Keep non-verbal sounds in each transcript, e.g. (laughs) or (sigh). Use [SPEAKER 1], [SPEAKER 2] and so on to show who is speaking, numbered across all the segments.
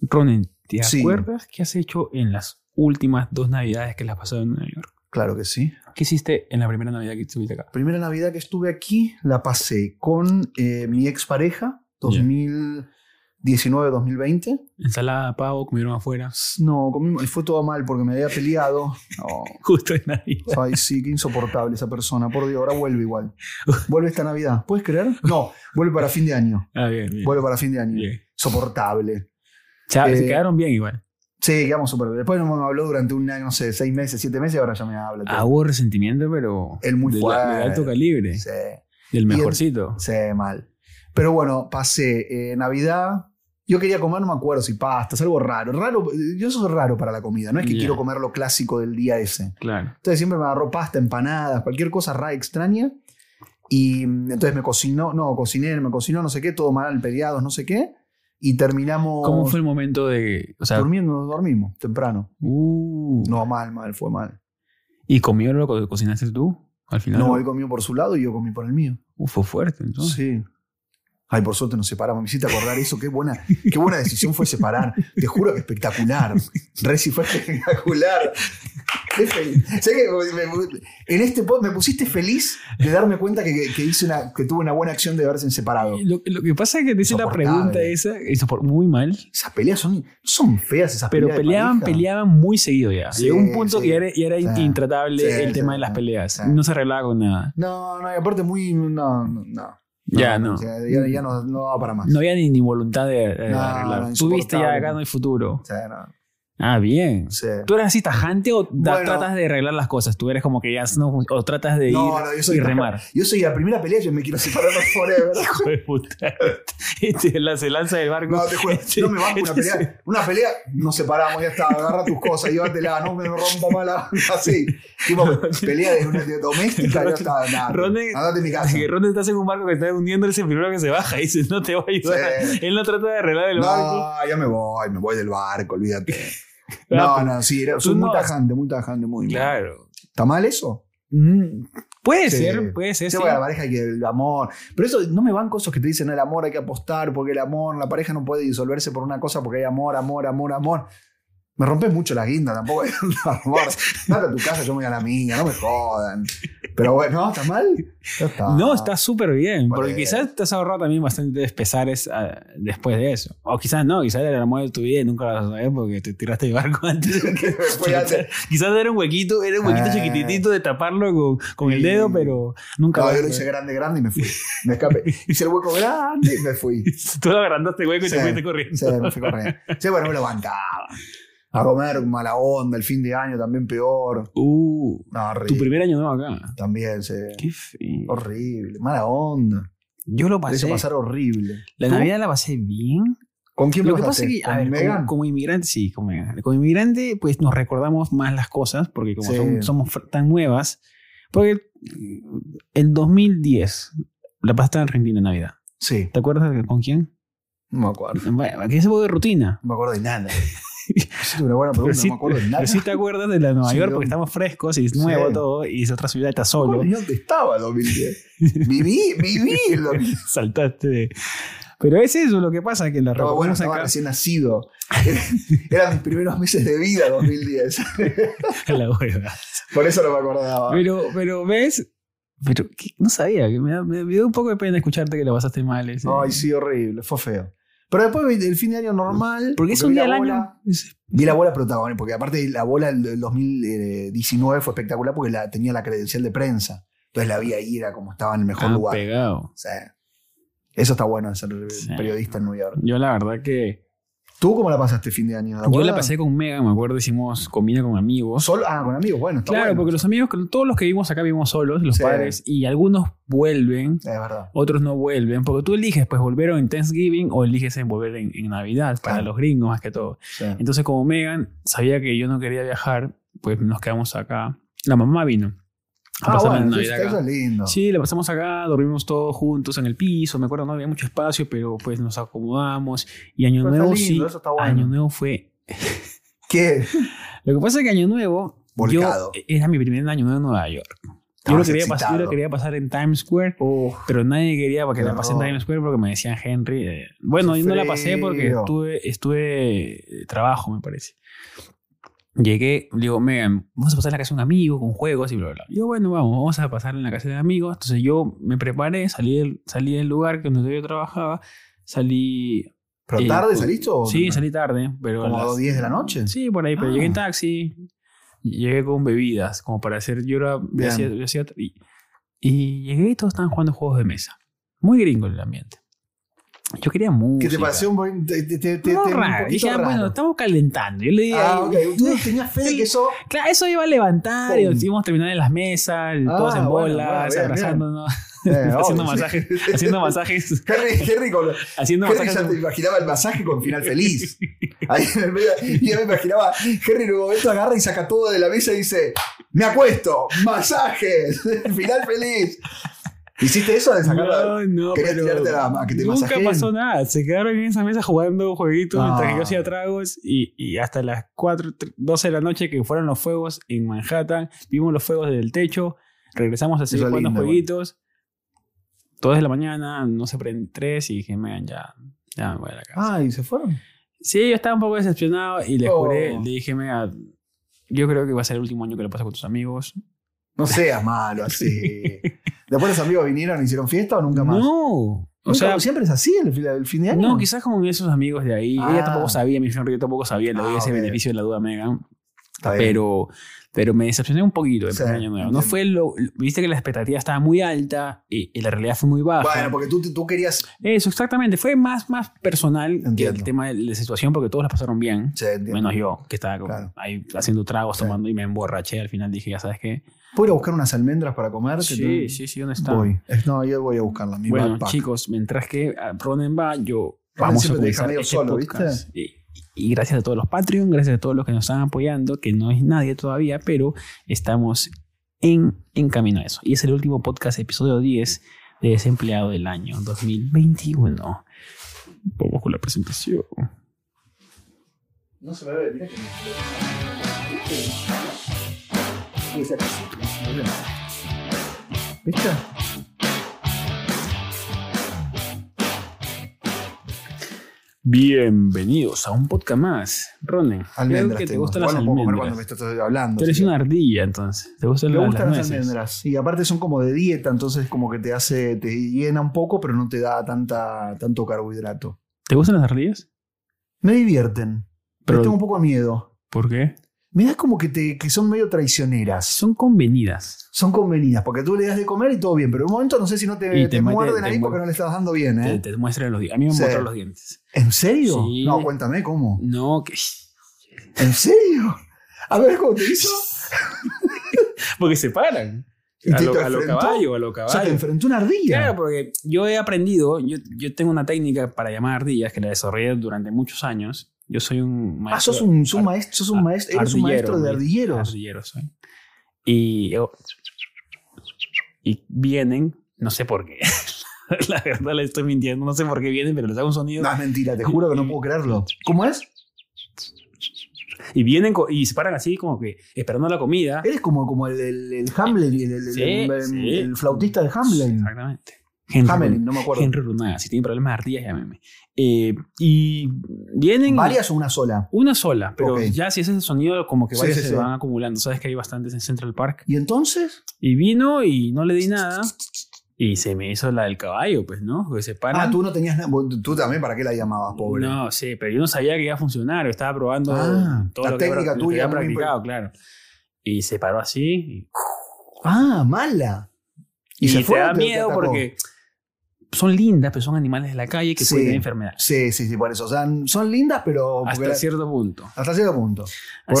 [SPEAKER 1] Ronen, ¿te
[SPEAKER 2] Sí.
[SPEAKER 1] acuerdas qué has hecho en las últimas dos navidades que las has pasado en Nueva York?
[SPEAKER 2] Claro que sí.
[SPEAKER 1] ¿Qué hiciste en la primera navidad que estuviste acá?
[SPEAKER 2] Primera Navidad que estuve aquí la pasé con eh, mi expareja, 2019-2020.
[SPEAKER 1] ¿Ensalada, pavo, comieron afuera? (laughs)
[SPEAKER 2] No, comimos- y fue todo mal porque me había peleado. No.
[SPEAKER 1] Justo en Navidad.
[SPEAKER 2] Ay, sí, qué insoportable esa persona. Por Dios, ahora vuelve igual. Vuelve esta Navidad. ¿Puedes creer? No, vuelve para fin de año.
[SPEAKER 1] Ah, bien, bien.
[SPEAKER 2] Vuelve para fin de año.
[SPEAKER 1] bien.
[SPEAKER 2] Soportable.
[SPEAKER 1] Chao,
[SPEAKER 2] Eh,
[SPEAKER 1] se quedaron bien igual.
[SPEAKER 2] Sí, quedamos súper bien. Después no me habló durante un año, no sé, seis meses, siete meses, ahora ya me habla. todo.
[SPEAKER 1] Ah, hubo resentimiento, pero.
[SPEAKER 2] El muy
[SPEAKER 1] de la- de
[SPEAKER 2] fuerte.
[SPEAKER 1] alto calibre.
[SPEAKER 2] Sí,
[SPEAKER 1] Del
[SPEAKER 2] Y el-
[SPEAKER 1] mejorcito.
[SPEAKER 2] sí, mal. Pero bueno, pasé eh, Navidad. Yo quería comer, no me acuerdo si pastas, algo raro. Raro, eh, yo soy raro para la comida, no es que
[SPEAKER 1] Ya.
[SPEAKER 2] quiero comer lo clásico del día ese.
[SPEAKER 1] Claro.
[SPEAKER 2] Entonces siempre me agarró pasta, empanadas, cualquier cosa rara, extraña. Y mm, entonces me cocinó, no, cociné, me cocinó, no sé qué, todo mal, peleados, no sé qué. Y terminamos
[SPEAKER 1] ¿Cómo fue el momento de. O sea.
[SPEAKER 2] durmiendo, nos dormimos temprano.
[SPEAKER 1] uh,
[SPEAKER 2] No, mal, mal, fue mal.
[SPEAKER 1] ¿Y comió lo que cocinaste tú? Al final.
[SPEAKER 2] No, él comió por su lado y yo comí por el mío.
[SPEAKER 1] Uh, fue fuerte, entonces.
[SPEAKER 2] Sí. Ay, por suerte nos separamos. Me hiciste acordar eso. Qué buena, qué buena decisión fue separar. Te juro que espectacular. Reci fue espectacular. Qué fel- sé que me- me- en este post me pusiste feliz de darme cuenta que, que, hice una, que tuve una buena acción de haberse separado.
[SPEAKER 1] Lo, lo que pasa es que te hice la
[SPEAKER 2] Insoportable.
[SPEAKER 1] pregunta esa, insopor- muy mal,
[SPEAKER 2] Esas peleas son, son feas, esas
[SPEAKER 1] pero
[SPEAKER 2] peleas. de
[SPEAKER 1] peleaban,
[SPEAKER 2] pareja.
[SPEAKER 1] peleaban muy seguido ya.
[SPEAKER 2] Sí,
[SPEAKER 1] Llegó un punto
[SPEAKER 2] sí.
[SPEAKER 1] que ya era, ya era
[SPEAKER 2] Sí.
[SPEAKER 1] intratable
[SPEAKER 2] Sí,
[SPEAKER 1] el
[SPEAKER 2] sí,
[SPEAKER 1] tema de
[SPEAKER 2] sí.
[SPEAKER 1] las peleas.
[SPEAKER 2] Sí.
[SPEAKER 1] No se arreglaba con nada.
[SPEAKER 2] No, no, y aparte muy. No, no. no.
[SPEAKER 1] Ya, no.
[SPEAKER 2] o sea, ya, ya no, no daba para más.
[SPEAKER 1] No había ni, ni voluntad de, de
[SPEAKER 2] No,
[SPEAKER 1] arreglar.
[SPEAKER 2] no,
[SPEAKER 1] Tú viste ya
[SPEAKER 2] insoportable.
[SPEAKER 1] acá no hay futuro.
[SPEAKER 2] O sea, no,
[SPEAKER 1] Ah, bien.
[SPEAKER 2] o sea.
[SPEAKER 1] ¿Tú eres así tajante o da-
[SPEAKER 2] Bueno.
[SPEAKER 1] tratas de arreglar las cosas? ¿Tú eres como que ya no fun- o tratas de
[SPEAKER 2] No,
[SPEAKER 1] ir
[SPEAKER 2] no, yo
[SPEAKER 1] y
[SPEAKER 2] soy (laughs)
[SPEAKER 1] remar?
[SPEAKER 2] Yo soy la primera pelea, yo me quiero separar (laughs) forever.
[SPEAKER 1] Hijo de puta. (laughs) Este, la, se lanza del barco.
[SPEAKER 2] No,
[SPEAKER 1] (laughs)
[SPEAKER 2] te juro,
[SPEAKER 1] Este,
[SPEAKER 2] no me banco una
[SPEAKER 1] este, (laughs)
[SPEAKER 2] pelea. Una pelea, nos separamos, ya está, agarra tus cosas, llévatela, no me rompa mala. (laughs) Así. Tipo, pelea de una de doméstica, ya está, nada.
[SPEAKER 1] Ronen-
[SPEAKER 2] Andate a mi casa.
[SPEAKER 1] Que Ron estás en un barco que está hundiendo, él es el primero que se baja (laughs) y dice, no te voy a ayudar.
[SPEAKER 2] Sí.
[SPEAKER 1] Él no trata de arreglar el barco.
[SPEAKER 2] No, ya me voy, me voy del barco,
[SPEAKER 1] (laughs)
[SPEAKER 2] olvídate. No, no, sí, era- soy
[SPEAKER 1] Tú
[SPEAKER 2] muy
[SPEAKER 1] no-
[SPEAKER 2] tajante, muy tajante, muy.
[SPEAKER 1] Ah, Claro.
[SPEAKER 2] ¿Está mal eso?
[SPEAKER 1] Mm, Puede
[SPEAKER 2] Sí.
[SPEAKER 1] ser, puede ser. sí.
[SPEAKER 2] Sí, porque la pareja que el amor. Pero eso no me van cosas que te dicen el amor hay que apostar porque el amor, la pareja no puede disolverse por una cosa porque hay amor, amor, amor, amor. Me rompes mucho la guinda tampoco. (laughs) hay amor. Andate a tu casa, yo me voy a la mía, no me jodan. Pero bueno, ¿no? ¿está mal? Ya está.
[SPEAKER 1] No,
[SPEAKER 2] (laughs)
[SPEAKER 1] está súper bien.
[SPEAKER 2] Por
[SPEAKER 1] Porque
[SPEAKER 2] eso.
[SPEAKER 1] quizás te has ahorrado también bastantes pesares ah, después de eso. O quizás no, quizás era el amor de tu vida y nunca lo vas a saber porque te tiraste de barco (laughs) antes.
[SPEAKER 2] (laughs) Después ya te-
[SPEAKER 1] (laughs) quizás era un huequito, era un huequito
[SPEAKER 2] Ah.
[SPEAKER 1] chiquitito de taparlo con, con el
[SPEAKER 2] Sí.
[SPEAKER 1] dedo, pero nunca
[SPEAKER 2] No,
[SPEAKER 1] vas
[SPEAKER 2] yo
[SPEAKER 1] a
[SPEAKER 2] lo
[SPEAKER 1] saber.
[SPEAKER 2] hice grande, grande y me fui. Me escapé. Hice el hueco grande y me fui.
[SPEAKER 1] (laughs) Tú lo agrandaste hueco y
[SPEAKER 2] Sí.
[SPEAKER 1] te fuiste corriendo.
[SPEAKER 2] Sí, me fui corriendo. Sí, bueno, me lo bancaba. A comer mala onda, el fin de año también peor.
[SPEAKER 1] Uh,
[SPEAKER 2] No,
[SPEAKER 1] tu
[SPEAKER 2] horrible.
[SPEAKER 1] primer año nuevo acá.
[SPEAKER 2] También, sí.
[SPEAKER 1] Qué feo.
[SPEAKER 2] Horrible, mala onda.
[SPEAKER 1] Yo lo
[SPEAKER 2] Te
[SPEAKER 1] pasé.
[SPEAKER 2] hizo pasar horrible.
[SPEAKER 1] La
[SPEAKER 2] ¿Tú?
[SPEAKER 1] Navidad la pasé bien.
[SPEAKER 2] ¿Con quién
[SPEAKER 1] Lo que pasa
[SPEAKER 2] pasaste?
[SPEAKER 1] es que, a
[SPEAKER 2] ¿Con
[SPEAKER 1] ver, como-
[SPEAKER 2] Megan?
[SPEAKER 1] como, inmigrante, sí, como, Megan. como inmigrante, pues nos recordamos más las cosas, porque como
[SPEAKER 2] Sí.
[SPEAKER 1] son- somos fr- tan nuevas, porque en 2010 la pasaste en Argentina en Navidad.
[SPEAKER 2] Sí,
[SPEAKER 1] ¿Te acuerdas de con quién?
[SPEAKER 2] no me acuerdo.
[SPEAKER 1] Bueno, Aquí se poco de rutina.
[SPEAKER 2] No me acuerdo
[SPEAKER 1] (laughs)
[SPEAKER 2] de nada. Hiciste una buena
[SPEAKER 1] Pero
[SPEAKER 2] pregunta,
[SPEAKER 1] sí-
[SPEAKER 2] no me acuerdo de nada.
[SPEAKER 1] Pero sí te acuerdas de la Nueva
[SPEAKER 2] Sí,
[SPEAKER 1] York
[SPEAKER 2] yo-
[SPEAKER 1] porque estamos frescos y es nuevo
[SPEAKER 2] Sí.
[SPEAKER 1] todo y es otra ciudad, estás
[SPEAKER 2] No me
[SPEAKER 1] solo,
[SPEAKER 2] acuerdo ni dónde estaba el 2010. viví, viví el 2010.
[SPEAKER 1] (laughs) saltaste. de- Pero es eso lo que pasa, que la
[SPEAKER 2] Estaba bueno,
[SPEAKER 1] recordamos
[SPEAKER 2] estaba
[SPEAKER 1] acá.
[SPEAKER 2] recién nacido. (laughs) Era- Eran mis primeros meses de vida 2010.
[SPEAKER 1] (laughs) la hueva.
[SPEAKER 2] (laughs) Por eso no me acordaba.
[SPEAKER 1] Pero, pero ¿ves? Pero ¿qué? no sabía, que me, da- me dio un poco de pena escucharte que la pasaste mal. ese.
[SPEAKER 2] Ay, sí, horrible. Fue feo. Pero después el fin de año normal.
[SPEAKER 1] Porque es
[SPEAKER 2] porque
[SPEAKER 1] un
[SPEAKER 2] vi
[SPEAKER 1] día al
[SPEAKER 2] la
[SPEAKER 1] año.
[SPEAKER 2] bola.
[SPEAKER 1] Es-
[SPEAKER 2] Vi la bola protagonista, porque aparte la bola del 2019 fue espectacular porque la, tenía la credencial de prensa. Entonces la vi ahí, era como estaba en el mejor
[SPEAKER 1] ah,
[SPEAKER 2] lugar.
[SPEAKER 1] pegado.
[SPEAKER 2] O sea, eso está bueno de ser
[SPEAKER 1] Sí.
[SPEAKER 2] periodista en Nueva York.
[SPEAKER 1] Yo la verdad que...
[SPEAKER 2] ¿Tú cómo la pasaste este fin de año? ¿Te
[SPEAKER 1] Yo la
[SPEAKER 2] acuerdas?
[SPEAKER 1] pasé con Mega, me acuerdo, hicimos comida con amigos.
[SPEAKER 2] solo. Ah, con amigos, bueno, está
[SPEAKER 1] Claro,
[SPEAKER 2] bueno.
[SPEAKER 1] porque los amigos, todos los que vivimos acá vivimos solos, los
[SPEAKER 2] Sí.
[SPEAKER 1] padres, y algunos vuelven,
[SPEAKER 2] Es verdad.
[SPEAKER 1] otros no vuelven, porque tú eliges, pues volver en Thanksgiving o eliges en volver en, en Navidad, para
[SPEAKER 2] Claro.
[SPEAKER 1] los gringos más que todo.
[SPEAKER 2] sí.
[SPEAKER 1] Entonces como Megan sabía que yo no quería viajar, pues nos quedamos acá. La mamá vino. a
[SPEAKER 2] Ah,
[SPEAKER 1] pasar la
[SPEAKER 2] bueno, entonces
[SPEAKER 1] Navidad acá.
[SPEAKER 2] eso es lindo.
[SPEAKER 1] Sí, la pasamos acá, dormimos todos juntos en el piso, me acuerdo, no había mucho espacio, pero pues nos acomodamos. Y Año
[SPEAKER 2] Pero está
[SPEAKER 1] Nuevo
[SPEAKER 2] lindo,
[SPEAKER 1] sí,
[SPEAKER 2] eso está bueno.
[SPEAKER 1] Año Nuevo fue...
[SPEAKER 2] ¿Qué?
[SPEAKER 1] Lo que pasa es que Año Nuevo,
[SPEAKER 2] Volcado.
[SPEAKER 1] yo era mi primer Año Nuevo en Nueva York. Yo lo,
[SPEAKER 2] Estabas
[SPEAKER 1] quería pasar, yo lo
[SPEAKER 2] excitado.
[SPEAKER 1] quería pasar en Times Square,
[SPEAKER 2] Uf,
[SPEAKER 1] pero nadie quería que la
[SPEAKER 2] No.
[SPEAKER 1] pasé en Times Square porque me decían Henry. eh, bueno, yo no la pasé porque
[SPEAKER 2] Sufrido.
[SPEAKER 1] estuve, estuve de trabajo, me parece. Llegué, le digo, Megan, vamos a pasar en la casa de un amigo con juegos y bla, bla. Yo, bueno, vamos, vamos a pasar en la casa de un amigo. Entonces yo me preparé, salí del, salí del lugar que donde yo trabajaba, salí.
[SPEAKER 2] ¿Pero
[SPEAKER 1] eh,
[SPEAKER 2] tarde
[SPEAKER 1] pues,
[SPEAKER 2] saliste o-
[SPEAKER 1] Sí, salí tarde, pero.
[SPEAKER 2] ¿Como
[SPEAKER 1] a
[SPEAKER 2] a
[SPEAKER 1] las-
[SPEAKER 2] 10 de la noche?
[SPEAKER 1] Sí, por ahí, pero
[SPEAKER 2] Ah.
[SPEAKER 1] llegué en taxi, llegué con bebidas, como para hacer, yo era, yo
[SPEAKER 2] Bien.
[SPEAKER 1] hacía- yo hacía- y, y llegué y todos estaban jugando juegos de mesa. Muy gringo el ambiente. Yo quería
[SPEAKER 2] ¿Qué
[SPEAKER 1] música.
[SPEAKER 2] te pareció un buen- te- te- te- te-
[SPEAKER 1] No,
[SPEAKER 2] te- un
[SPEAKER 1] raro.
[SPEAKER 2] poquito
[SPEAKER 1] Dije, ah, bueno,
[SPEAKER 2] raro?
[SPEAKER 1] estamos calentando. Yo le dije,
[SPEAKER 2] Ah,
[SPEAKER 1] ahí, (laughs)
[SPEAKER 2] ok. Tú tenías fe de que eso...
[SPEAKER 1] claro, eso iba a levantar y
[SPEAKER 2] Pum.
[SPEAKER 1] nos íbamos a terminar en las mesas, el-
[SPEAKER 2] Ah,
[SPEAKER 1] todos en
[SPEAKER 2] bueno,
[SPEAKER 1] bolas,
[SPEAKER 2] bueno, bien,
[SPEAKER 1] abrazándonos,
[SPEAKER 2] (laughs)
[SPEAKER 1] (laughs)
[SPEAKER 2] Eh,
[SPEAKER 1] haciendo,
[SPEAKER 2] obvio, sí.
[SPEAKER 1] masajes,
[SPEAKER 2] (laughs)
[SPEAKER 1] haciendo masajes,
[SPEAKER 2] Henry, Henry con,
[SPEAKER 1] haciendo
[SPEAKER 2] Henry
[SPEAKER 1] masajes,
[SPEAKER 2] ya te imaginaba el masaje con
[SPEAKER 1] (laughs)
[SPEAKER 2] final feliz. Ahí en el medio, y yo me imaginaba, Henry en un momento agarra y saca todo de la mesa y dice, me acuesto, masajes, (laughs) final feliz. ¿Hiciste eso de sacar la...
[SPEAKER 1] No, no,
[SPEAKER 2] querías
[SPEAKER 1] pero
[SPEAKER 2] tirarte la- a que te
[SPEAKER 1] Nunca
[SPEAKER 2] masajeen.
[SPEAKER 1] pasó nada. Se quedaron en esa mesa jugando jueguitos mientras que
[SPEAKER 2] Ah.
[SPEAKER 1] yo hacía tragos y, y hasta las 4, 12 de la noche que fueron los fuegos en Manhattan, vimos los fuegos del techo, regresamos a seguir
[SPEAKER 2] Eso es
[SPEAKER 1] jugando
[SPEAKER 2] lindo,
[SPEAKER 1] jueguitos. Todas de la mañana, no se prenden tres y dije, "Man, ya, ya me voy a la casa.
[SPEAKER 2] Ah, y se fueron.
[SPEAKER 1] Sí, yo estaba un poco decepcionado y le
[SPEAKER 2] Oh.
[SPEAKER 1] juré, le dije, "Mira, yo creo que va a ser el último año que lo pasas con tus amigos.
[SPEAKER 2] No seas malo
[SPEAKER 1] (laughs)
[SPEAKER 2] así. Después los amigos vinieron, hicieron fiesta o nunca más.
[SPEAKER 1] No, o
[SPEAKER 2] Nunca-
[SPEAKER 1] sea,
[SPEAKER 2] siempre es así el, fi- el fin de año.
[SPEAKER 1] No, quizás con esos amigos de ahí.
[SPEAKER 2] Ah.
[SPEAKER 1] Ella tampoco sabía, mi fianzada, yo tampoco sabía, le doy
[SPEAKER 2] Ah,
[SPEAKER 1] ese
[SPEAKER 2] ok.
[SPEAKER 1] beneficio de la duda a Megan.
[SPEAKER 2] Está bien.
[SPEAKER 1] Pero, pero me decepcioné un poquito el
[SPEAKER 2] Sí,
[SPEAKER 1] primer año nuevo. No
[SPEAKER 2] entiendo.
[SPEAKER 1] fue lo, lo- Viste que la expectativa estaba muy alta y, y la realidad fue muy baja.
[SPEAKER 2] Bueno, pues. porque tú, tú querías...
[SPEAKER 1] Eso, exactamente. Fue más, más personal que
[SPEAKER 2] Entiendo.
[SPEAKER 1] el tema de la situación porque todos la pasaron bien.
[SPEAKER 2] Sí, entiendo.
[SPEAKER 1] Menos yo, que estaba como
[SPEAKER 2] Claro.
[SPEAKER 1] ahí haciendo tragos,
[SPEAKER 2] Sí.
[SPEAKER 1] tomando y me emborraché. Al final dije, ya sabes qué.
[SPEAKER 2] ¿Puedo ir a buscar unas almendras para comer?
[SPEAKER 1] Sí, sí, sí, ¿dónde está?
[SPEAKER 2] Voy. Es- No, yo voy a buscarla. Mi
[SPEAKER 1] Bueno,
[SPEAKER 2] backpack.
[SPEAKER 1] chicos, mientras que ah, Ronen va, yo
[SPEAKER 2] Ronen
[SPEAKER 1] vamos a
[SPEAKER 2] siempre te deja
[SPEAKER 1] comenzar
[SPEAKER 2] medio
[SPEAKER 1] este
[SPEAKER 2] solo,
[SPEAKER 1] podcast. Y, y gracias a todos los Patreon, gracias a todos los que nos están apoyando, que no es nadie todavía, pero estamos en, en camino a eso. Y es el último podcast, episodio 10 de Desempleado del año 2021. Vamos con la presentación.
[SPEAKER 2] No se me ve, mira que me. Sí, ¿Viste?
[SPEAKER 1] Bienvenidos a un podcast más. Ronen, creo
[SPEAKER 2] Almendras.
[SPEAKER 1] que te
[SPEAKER 2] tengo.
[SPEAKER 1] gustan
[SPEAKER 2] Igual
[SPEAKER 1] las
[SPEAKER 2] no puedo comer cuando me
[SPEAKER 1] almendras.
[SPEAKER 2] estás hablando.
[SPEAKER 1] Tú eres
[SPEAKER 2] así
[SPEAKER 1] una ardilla, entonces. ¿Te
[SPEAKER 2] que-
[SPEAKER 1] gustan
[SPEAKER 2] Me
[SPEAKER 1] las,
[SPEAKER 2] gustan las
[SPEAKER 1] las nueces?
[SPEAKER 2] almendras. Y aparte son como de dieta, entonces como que te hace, te llena un poco, pero no te da tanta, tanto carbohidrato.
[SPEAKER 1] ¿Te gustan las ardillas?
[SPEAKER 2] Me divierten. Pero
[SPEAKER 1] Pero-
[SPEAKER 2] tengo un poco de miedo.
[SPEAKER 1] ¿Por qué?
[SPEAKER 2] Me da como que, te, que son medio traicioneras.
[SPEAKER 1] Son convenidas.
[SPEAKER 2] Son convenidas, porque tú le das de comer y todo bien, pero en un momento no sé si no te,
[SPEAKER 1] Y
[SPEAKER 2] te,
[SPEAKER 1] te mete-
[SPEAKER 2] muerden
[SPEAKER 1] te
[SPEAKER 2] ahí
[SPEAKER 1] muer-
[SPEAKER 2] porque no le estás dando bien, ¿eh?
[SPEAKER 1] te, te muestran los dientes. A mí me
[SPEAKER 2] Sí.
[SPEAKER 1] mostraron los dientes.
[SPEAKER 2] ¿En serio?
[SPEAKER 1] Sí.
[SPEAKER 2] No, cuéntame cómo.
[SPEAKER 1] No, que. (laughs)
[SPEAKER 2] ¿En serio? A ver cómo te hizo.
[SPEAKER 1] Porque se paran.
[SPEAKER 2] ¿Y
[SPEAKER 1] A
[SPEAKER 2] te-
[SPEAKER 1] lo,
[SPEAKER 2] te
[SPEAKER 1] a lo
[SPEAKER 2] enfrentó?
[SPEAKER 1] caballo, a lo
[SPEAKER 2] O sea, te
[SPEAKER 1] caballo.
[SPEAKER 2] enfrentó una ardilla.
[SPEAKER 1] Claro, pues, porque yo he aprendido, yo, yo tengo una técnica para llamar ardillas que la desarrollé durante muchos años. Yo soy un
[SPEAKER 2] ah,
[SPEAKER 1] maestro.
[SPEAKER 2] sos un, sos un
[SPEAKER 1] ar-
[SPEAKER 2] maestro, sos un
[SPEAKER 1] ar-
[SPEAKER 2] maestro, eres un maestro de
[SPEAKER 1] güey.
[SPEAKER 2] ardilleros.
[SPEAKER 1] Ardillero soy. ¿eh? Y, yo- y vienen, no sé por qué. (laughs) la verdad les estoy mintiendo, no sé por qué vienen, pero les hago un sonido.
[SPEAKER 2] No, es mentira, te juro que no puedo creerlo. ¿Cómo es?
[SPEAKER 1] Y vienen co- y se paran así como que esperando la comida.
[SPEAKER 2] Eres como, como el, el, el Hamlet, el, el- el-
[SPEAKER 1] Sí,
[SPEAKER 2] el-
[SPEAKER 1] sí.
[SPEAKER 2] el flautista de Hamlet.
[SPEAKER 1] Exactamente. Henry,
[SPEAKER 2] Hamelin, no me acuerdo.
[SPEAKER 1] Henry Runaga. Si tienen problemas de ardillas, llámeme. Eh, y vienen
[SPEAKER 2] ¿Varias o una sola?
[SPEAKER 1] una sola, pero
[SPEAKER 2] Ok.
[SPEAKER 1] ya si ese es el sonido, como que
[SPEAKER 2] Sí,
[SPEAKER 1] varias
[SPEAKER 2] sí,
[SPEAKER 1] se
[SPEAKER 2] sí.
[SPEAKER 1] van acumulando. Sabes que hay bastantes en Central Park.
[SPEAKER 2] ¿Y entonces?
[SPEAKER 1] Y vino y no le di nada. Y se me hizo la del caballo, pues, ¿no? Que se paran.
[SPEAKER 2] Ah, tú no tenías nada. vos- Tú también, ¿para qué la llamabas, pobre?
[SPEAKER 1] No, sí, pero yo no sabía que iba a funcionar. Estaba probando
[SPEAKER 2] Ah,
[SPEAKER 1] todo
[SPEAKER 2] la
[SPEAKER 1] lo que,
[SPEAKER 2] técnica
[SPEAKER 1] lo que
[SPEAKER 2] tuya,
[SPEAKER 1] había
[SPEAKER 2] muy
[SPEAKER 1] practicado, claro. Y se paró así.
[SPEAKER 2] Ah, mala.
[SPEAKER 1] Y, y
[SPEAKER 2] se
[SPEAKER 1] te
[SPEAKER 2] fue o
[SPEAKER 1] da
[SPEAKER 2] te- te
[SPEAKER 1] miedo
[SPEAKER 2] atacó?
[SPEAKER 1] porque son lindas, pero son animales de la calle que
[SPEAKER 2] Sí.
[SPEAKER 1] pueden tener enfermedades.
[SPEAKER 2] Sí, sí, sí, por eso. O sea, son lindas, pero. porque
[SPEAKER 1] hasta
[SPEAKER 2] la-
[SPEAKER 1] cierto punto.
[SPEAKER 2] Hasta cierto punto. Porque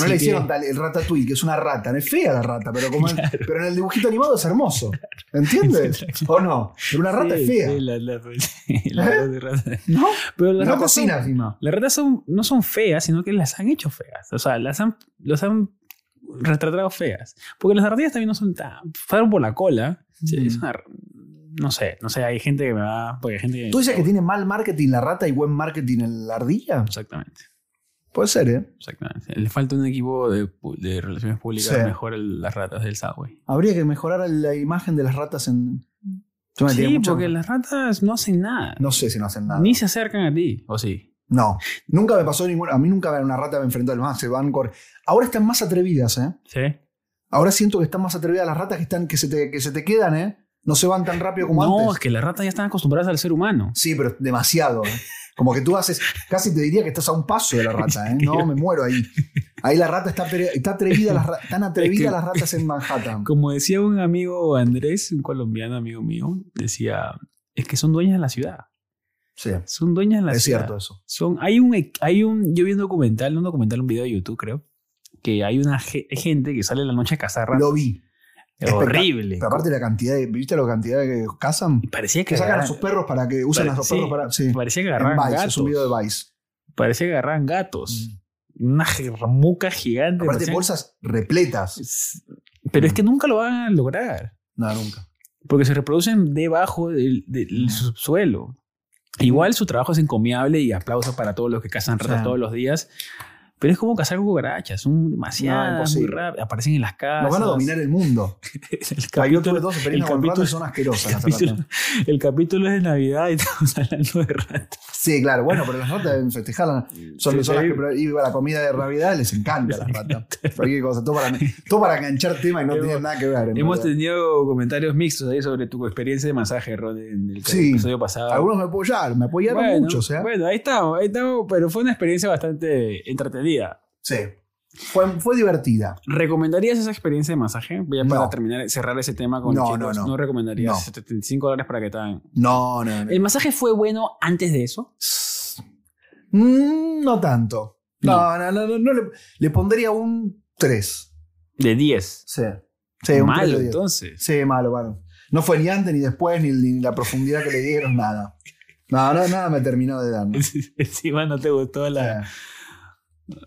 [SPEAKER 1] Así
[SPEAKER 2] no le
[SPEAKER 1] que-
[SPEAKER 2] hicieron tal, el ratatouille, que es una rata. Es fea la rata, pero, como en- pero en el dibujito animado es hermoso. ¿Entiendes?
[SPEAKER 1] (laughs)
[SPEAKER 2] ¿O no? Pero una rata
[SPEAKER 1] Sí,
[SPEAKER 2] es fea.
[SPEAKER 1] sí, la- la- (laughs) la rata de rata.
[SPEAKER 2] ¿No?
[SPEAKER 1] Pero las
[SPEAKER 2] No
[SPEAKER 1] ratas, son,
[SPEAKER 2] cocina encima.
[SPEAKER 1] las ratas son- no son feas, sino que las han hecho feas. O sea, las han, los han retratado feas. Porque las ratillas también no son tan. Fueron por la cola. Sí,
[SPEAKER 2] Mm.
[SPEAKER 1] es una- no sé, no sé, hay gente que me va. Porque hay gente que.
[SPEAKER 2] ¿Tú dices que tiene mal marketing la rata y buen marketing en la ardilla?
[SPEAKER 1] Exactamente.
[SPEAKER 2] Puede ser, ¿eh?
[SPEAKER 1] Exactamente. Le falta un equipo de, pu- de relaciones públicas
[SPEAKER 2] Sí.
[SPEAKER 1] mejor el- las ratas del subway.
[SPEAKER 2] Habría que mejorar la imagen de las ratas en. Yo me tiré
[SPEAKER 1] Sí,
[SPEAKER 2] mucha-
[SPEAKER 1] porque las ratas no hacen nada.
[SPEAKER 2] No sé si no hacen nada.
[SPEAKER 1] Ni se acercan a ti, ¿o sí?
[SPEAKER 2] No. Nunca me pasó ninguna. A mí nunca una rata me enfrentó al más. Se van cor- Ahora están más atrevidas, ¿eh?
[SPEAKER 1] Sí.
[SPEAKER 2] Ahora siento que están más atrevidas las ratas que, están, que, se, te, que se te quedan, ¿eh? No se van tan rápido como
[SPEAKER 1] No,
[SPEAKER 2] antes.
[SPEAKER 1] es que las ratas ya están acostumbradas al ser humano.
[SPEAKER 2] Sí, pero demasiado. ¿eh? Como que tú haces, casi te diría que estás a un paso de la rata, ¿eh? No, me muero ahí. Ahí la rata está, pere- está atrevida, las ra- están atrevidas las ratas en Manhattan.
[SPEAKER 1] Como decía un amigo Andrés, un colombiano amigo mío, decía, es que son dueñas de la ciudad.
[SPEAKER 2] Sí,
[SPEAKER 1] Son dueñas de la
[SPEAKER 2] es
[SPEAKER 1] ciudad.
[SPEAKER 2] cierto eso.
[SPEAKER 1] Son, hay un, e- hay un, yo vi un documental, un documental, un video de YouTube, creo, que hay una ge- gente que sale en la noche a cazar ratas.
[SPEAKER 2] Lo vi.
[SPEAKER 1] Es horrible.
[SPEAKER 2] Pero aparte la cantidad, de, ¿viste la cantidad que cazan?
[SPEAKER 1] Y parecía que,
[SPEAKER 2] Que sacan a
[SPEAKER 1] agarran-
[SPEAKER 2] sus perros para que usen
[SPEAKER 1] Pare-
[SPEAKER 2] a sus
[SPEAKER 1] sí.
[SPEAKER 2] perros para. Sí.
[SPEAKER 1] parecía que
[SPEAKER 2] En
[SPEAKER 1] agarraban
[SPEAKER 2] Vice, es
[SPEAKER 1] gatos.
[SPEAKER 2] un video de Vice. Mm.
[SPEAKER 1] Parecía que agarraban gatos. Una ge- muca gigante.
[SPEAKER 2] Aparte,
[SPEAKER 1] parecían-
[SPEAKER 2] bolsas repletas.
[SPEAKER 1] Es- Pero es que nunca lo van a lograr.
[SPEAKER 2] No, nunca.
[SPEAKER 1] Porque se reproducen debajo del, del subsuelo. Igual su trabajo es encomiable y aplauso para todos los que cazan ratas
[SPEAKER 2] Sí.
[SPEAKER 1] todos los días. Pero es como cazar cucarachas, son demasiadas, muy
[SPEAKER 2] imposible.
[SPEAKER 1] rápidas, aparecen en las casas.
[SPEAKER 2] Nos van a dominar el mundo.
[SPEAKER 1] Ah, (laughs) El
[SPEAKER 2] Yo tuve
[SPEAKER 1] capítulo,
[SPEAKER 2] dos experiencias con
[SPEAKER 1] capítulo-
[SPEAKER 2] ratas y son asquerosas. las
[SPEAKER 1] capítulo-
[SPEAKER 2] ratas.
[SPEAKER 1] (laughs) el capítulo es de Navidad y (laughs) estamos hablando de ratas.
[SPEAKER 2] Sí, claro. Bueno, pero las ratas deben festejar. la- Son
[SPEAKER 1] Sí,
[SPEAKER 2] personas
[SPEAKER 1] sí.
[SPEAKER 2] que pro- iban a la comida de Navidad, les encanta las ratas.
[SPEAKER 1] (laughs)
[SPEAKER 2] Cualquier cosa. Todo para, todo para enganchar tema y no
[SPEAKER 1] Hemos-
[SPEAKER 2] tiene nada que ver. en
[SPEAKER 1] Hemos
[SPEAKER 2] realidad.
[SPEAKER 1] tenido comentarios mixtos ahí sobre tu experiencia de masaje, Ron, en el
[SPEAKER 2] Sí.
[SPEAKER 1] episodio pasado.
[SPEAKER 2] Algunos me apoyaron, me apoyaron
[SPEAKER 1] bueno,
[SPEAKER 2] muchos. ¿eh?
[SPEAKER 1] bueno, ahí estamos, ahí estamos, pero fue una experiencia bastante entretenida.
[SPEAKER 2] Sí. Fue, fue divertida.
[SPEAKER 1] ¿Recomendarías esa experiencia de masaje? Ya
[SPEAKER 2] No.
[SPEAKER 1] para terminar, cerrar ese tema con
[SPEAKER 2] No,
[SPEAKER 1] chicos,
[SPEAKER 2] no, no.
[SPEAKER 1] recomendarías
[SPEAKER 2] No.
[SPEAKER 1] 75 dólares para que te hagan.
[SPEAKER 2] No, no, no.
[SPEAKER 1] ¿El masaje fue bueno antes de eso?
[SPEAKER 2] Mm, no tanto. No,
[SPEAKER 1] No.
[SPEAKER 2] no, no, no, no le, le pondría un 3.
[SPEAKER 1] De 10.
[SPEAKER 2] Sí. Sí, un
[SPEAKER 1] Malo,
[SPEAKER 2] 3 de 10.
[SPEAKER 1] entonces.
[SPEAKER 2] Sí, malo, malo. No fue ni antes ni después, ni, ni la profundidad que le dieron, nada. No, no, nada me terminó de dar. ¿no?
[SPEAKER 1] (laughs) Encima no te gustó la.
[SPEAKER 2] Eh,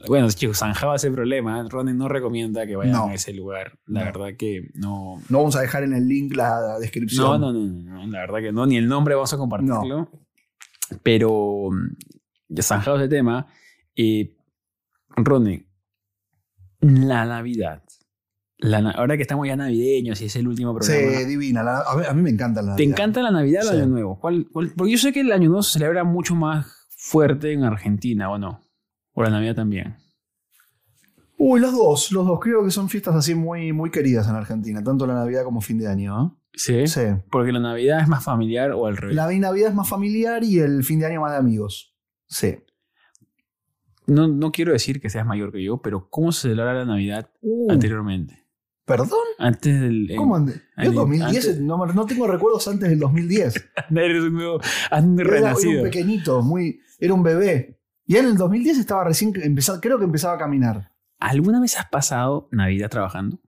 [SPEAKER 1] Bueno, chicos, zanjaba ese problema. Ronen no recomienda que vayan
[SPEAKER 2] No.
[SPEAKER 1] a ese lugar. La
[SPEAKER 2] No.
[SPEAKER 1] verdad que no.
[SPEAKER 2] No vamos a dejar en el link la descripción.
[SPEAKER 1] No, no, no, no, no, La verdad que no. Ni el nombre vamos a compartirlo. Pero mm, ya zanjado ese tema. Eh, Ronen, la Navidad. La na- ahora que estamos ya navideños y es el último
[SPEAKER 2] Sí,
[SPEAKER 1] programa.
[SPEAKER 2] divina. la- a, mí, a mí me encanta la
[SPEAKER 1] ¿Te
[SPEAKER 2] Navidad.
[SPEAKER 1] encanta la Navidad o el
[SPEAKER 2] Sí.
[SPEAKER 1] Año Nuevo? ¿Cuál- cuál- Porque yo sé que el Año Nuevo se celebra mucho más fuerte en Argentina, ¿o no? O la Navidad también.
[SPEAKER 2] Uy, los dos, los dos. Creo que son fiestas así muy, muy queridas en Argentina, tanto la Navidad como fin de año. ¿eh?
[SPEAKER 1] Sí.
[SPEAKER 2] Sí.
[SPEAKER 1] Porque la Navidad es más familiar o al revés.
[SPEAKER 2] La Navidad es más familiar y el fin de año más de amigos. Sí.
[SPEAKER 1] Ah, No, no quiero decir que seas mayor que yo, pero ¿cómo se celebra la Navidad
[SPEAKER 2] Uh,
[SPEAKER 1] anteriormente?
[SPEAKER 2] ¿Perdón?
[SPEAKER 1] Antes del. en-
[SPEAKER 2] ¿Cómo ande? Yo
[SPEAKER 1] en-
[SPEAKER 2] 2010,
[SPEAKER 1] antes-
[SPEAKER 2] no, no tengo recuerdos antes del 2010.
[SPEAKER 1] (laughs) Eres un nuevo. has
[SPEAKER 2] Era- Era, un
[SPEAKER 1] renacido.
[SPEAKER 2] pequeñito, muy, era un bebé. Y él en el 2010 estaba recién, empezado, creo que empezaba a caminar.
[SPEAKER 1] ¿Alguna vez has pasado Navidad trabajando?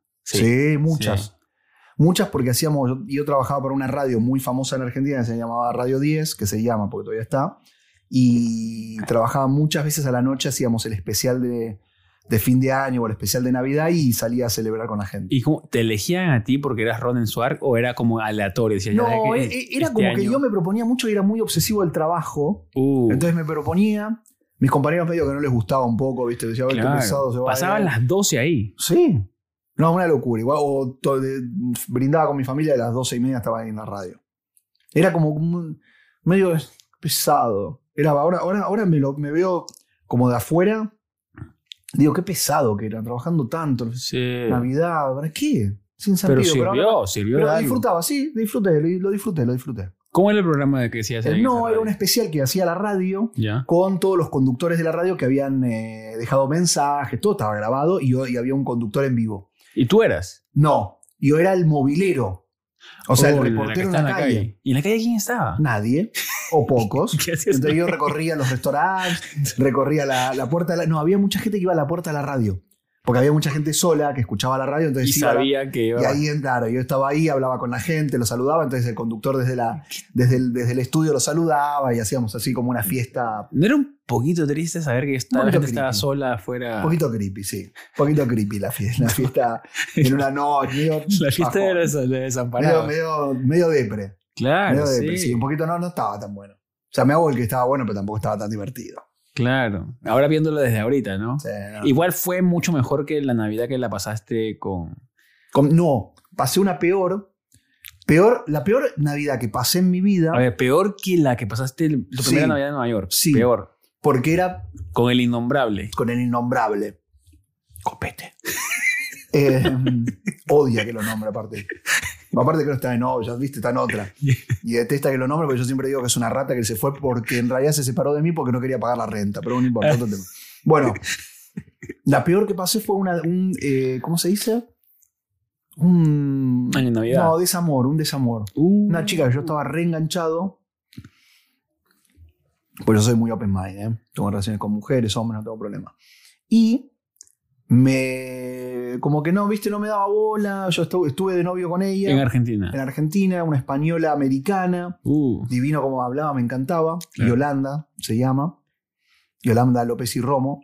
[SPEAKER 2] muchas.
[SPEAKER 1] Sí.
[SPEAKER 2] Muchas porque hacíamos, yo, yo trabajaba para una radio muy famosa en Argentina que se llamaba Radio 10, que se llama porque todavía está. Y trabajaba muchas veces a la noche, hacíamos el especial de, de fin de año o el especial de Navidad y salía a celebrar con la gente.
[SPEAKER 1] ¿Y cómo, te elegían a ti porque eras Ronen Suar o era como aleatorio? Decías, ya
[SPEAKER 2] No,
[SPEAKER 1] que
[SPEAKER 2] e- e-
[SPEAKER 1] este
[SPEAKER 2] era como que
[SPEAKER 1] año-
[SPEAKER 2] yo me proponía mucho y era muy obsesivo el trabajo.
[SPEAKER 1] Uh.
[SPEAKER 2] Entonces me proponía, mis compañeros medio que no les gustaba un poco, ¿viste? Decía, "Ay, qué
[SPEAKER 1] Claro.
[SPEAKER 2] pesado se va a
[SPEAKER 1] Pasaban
[SPEAKER 2] ir".
[SPEAKER 1] las 12 ahí.
[SPEAKER 2] Sí. No, una locura. Igual, o to- de- brindaba con mi familia a las doce y media estaba ahí en la radio. Era como un- medio pesado. Era, ahora ahora, ahora me, lo, me veo como de afuera. Digo, qué pesado que era, trabajando tanto.
[SPEAKER 1] Sí.
[SPEAKER 2] Navidad, ¿para qué? Sin
[SPEAKER 1] Pero
[SPEAKER 2] sentido.
[SPEAKER 1] sirvió,
[SPEAKER 2] ahora-
[SPEAKER 1] sirvió.
[SPEAKER 2] pero
[SPEAKER 1] de algo.
[SPEAKER 2] disfrutaba, sí, disfruté, lo, lo disfruté, lo disfruté.
[SPEAKER 1] ¿Cómo era el programa de que decías? ahí en
[SPEAKER 2] Eh, no,
[SPEAKER 1] esa
[SPEAKER 2] era
[SPEAKER 1] radio?
[SPEAKER 2] un especial que hacía la radio
[SPEAKER 1] Ya.
[SPEAKER 2] con todos los conductores de la radio que habían eh, dejado mensajes, todo estaba grabado y, y había un conductor en vivo.
[SPEAKER 1] ¿Y tú eras?
[SPEAKER 2] No, yo era el movilero. O sea,
[SPEAKER 1] Oh,
[SPEAKER 2] el
[SPEAKER 1] la que
[SPEAKER 2] reportero en
[SPEAKER 1] está
[SPEAKER 2] la, calle.
[SPEAKER 1] ¿Y en la calle quién estaba?
[SPEAKER 2] Nadie, o pocos.
[SPEAKER 1] (laughs) ¿Qué hacías?
[SPEAKER 2] Entonces yo recorría los
[SPEAKER 1] (laughs)
[SPEAKER 2] restaurantes, recorría la, la puerta de la... No, había mucha gente que iba a la puerta de la radio. Porque había mucha gente sola que escuchaba la radio, entonces
[SPEAKER 1] y
[SPEAKER 2] iba a la-
[SPEAKER 1] sabía que iba-
[SPEAKER 2] y ahí, en- claro, yo estaba ahí, hablaba con la gente, lo saludaba, entonces el conductor desde, la, desde, el, desde el estudio lo saludaba y hacíamos así como una fiesta
[SPEAKER 1] ¿No era un poquito triste saber que esta-
[SPEAKER 2] Un
[SPEAKER 1] la
[SPEAKER 2] poquito
[SPEAKER 1] gente estaba
[SPEAKER 2] creepy.
[SPEAKER 1] sola afuera?
[SPEAKER 2] Un poquito creepy, sí. Un poquito creepy la
[SPEAKER 1] (laughs)
[SPEAKER 2] fiesta. La fiesta en una noche. Medio,
[SPEAKER 1] La fiesta
[SPEAKER 2] bajón.
[SPEAKER 1] de los de
[SPEAKER 2] medio,
[SPEAKER 1] desamparados.
[SPEAKER 2] medio, medio depre.
[SPEAKER 1] claro,
[SPEAKER 2] medio depre,
[SPEAKER 1] sí.
[SPEAKER 2] sí. Un poquito no, no estaba tan bueno. O sea, me hago el que estaba bueno, pero tampoco estaba tan divertido.
[SPEAKER 1] Claro. Ahora viéndolo desde ahorita, ¿no?
[SPEAKER 2] Sí, no.
[SPEAKER 1] Igual fue mucho mejor que la Navidad que la pasaste con.
[SPEAKER 2] Com- no, pasé una peor. Peor, la peor Navidad que pasé en mi vida,
[SPEAKER 1] A ver, peor que la que pasaste el- tu
[SPEAKER 2] Sí.
[SPEAKER 1] primera Navidad en Nueva York.
[SPEAKER 2] Sí.
[SPEAKER 1] Peor.
[SPEAKER 2] porque era
[SPEAKER 1] Con el innombrable.
[SPEAKER 2] con el innombrable. Copete. Eh, odia que lo nombre, aparte. Aparte que no está en ya viste, está en otra. Y detesta que lo nombre, porque yo siempre digo que es una rata que se fue porque en realidad se separó de mí porque no quería pagar la renta, pero no importa. otro tema. Bueno, la peor que pasé fue una, un, eh, ¿cómo se dice? Un...
[SPEAKER 1] Año de Navidad.
[SPEAKER 2] No, desamor, un desamor.
[SPEAKER 1] Uh.
[SPEAKER 2] Una chica que yo estaba reenganchado. Pues yo soy muy open mind, ¿eh? Tengo relaciones con mujeres, hombres, no tengo problema. Y me. Como que no, viste, no me daba bola. Yo estu- estuve de novio con ella
[SPEAKER 1] En
[SPEAKER 2] en,
[SPEAKER 1] Argentina.
[SPEAKER 2] Argentina, una española americana.
[SPEAKER 1] Uh.
[SPEAKER 2] Divino como hablaba, me encantaba.
[SPEAKER 1] Claro.
[SPEAKER 2] Yolanda se llama. Yolanda López y Romo.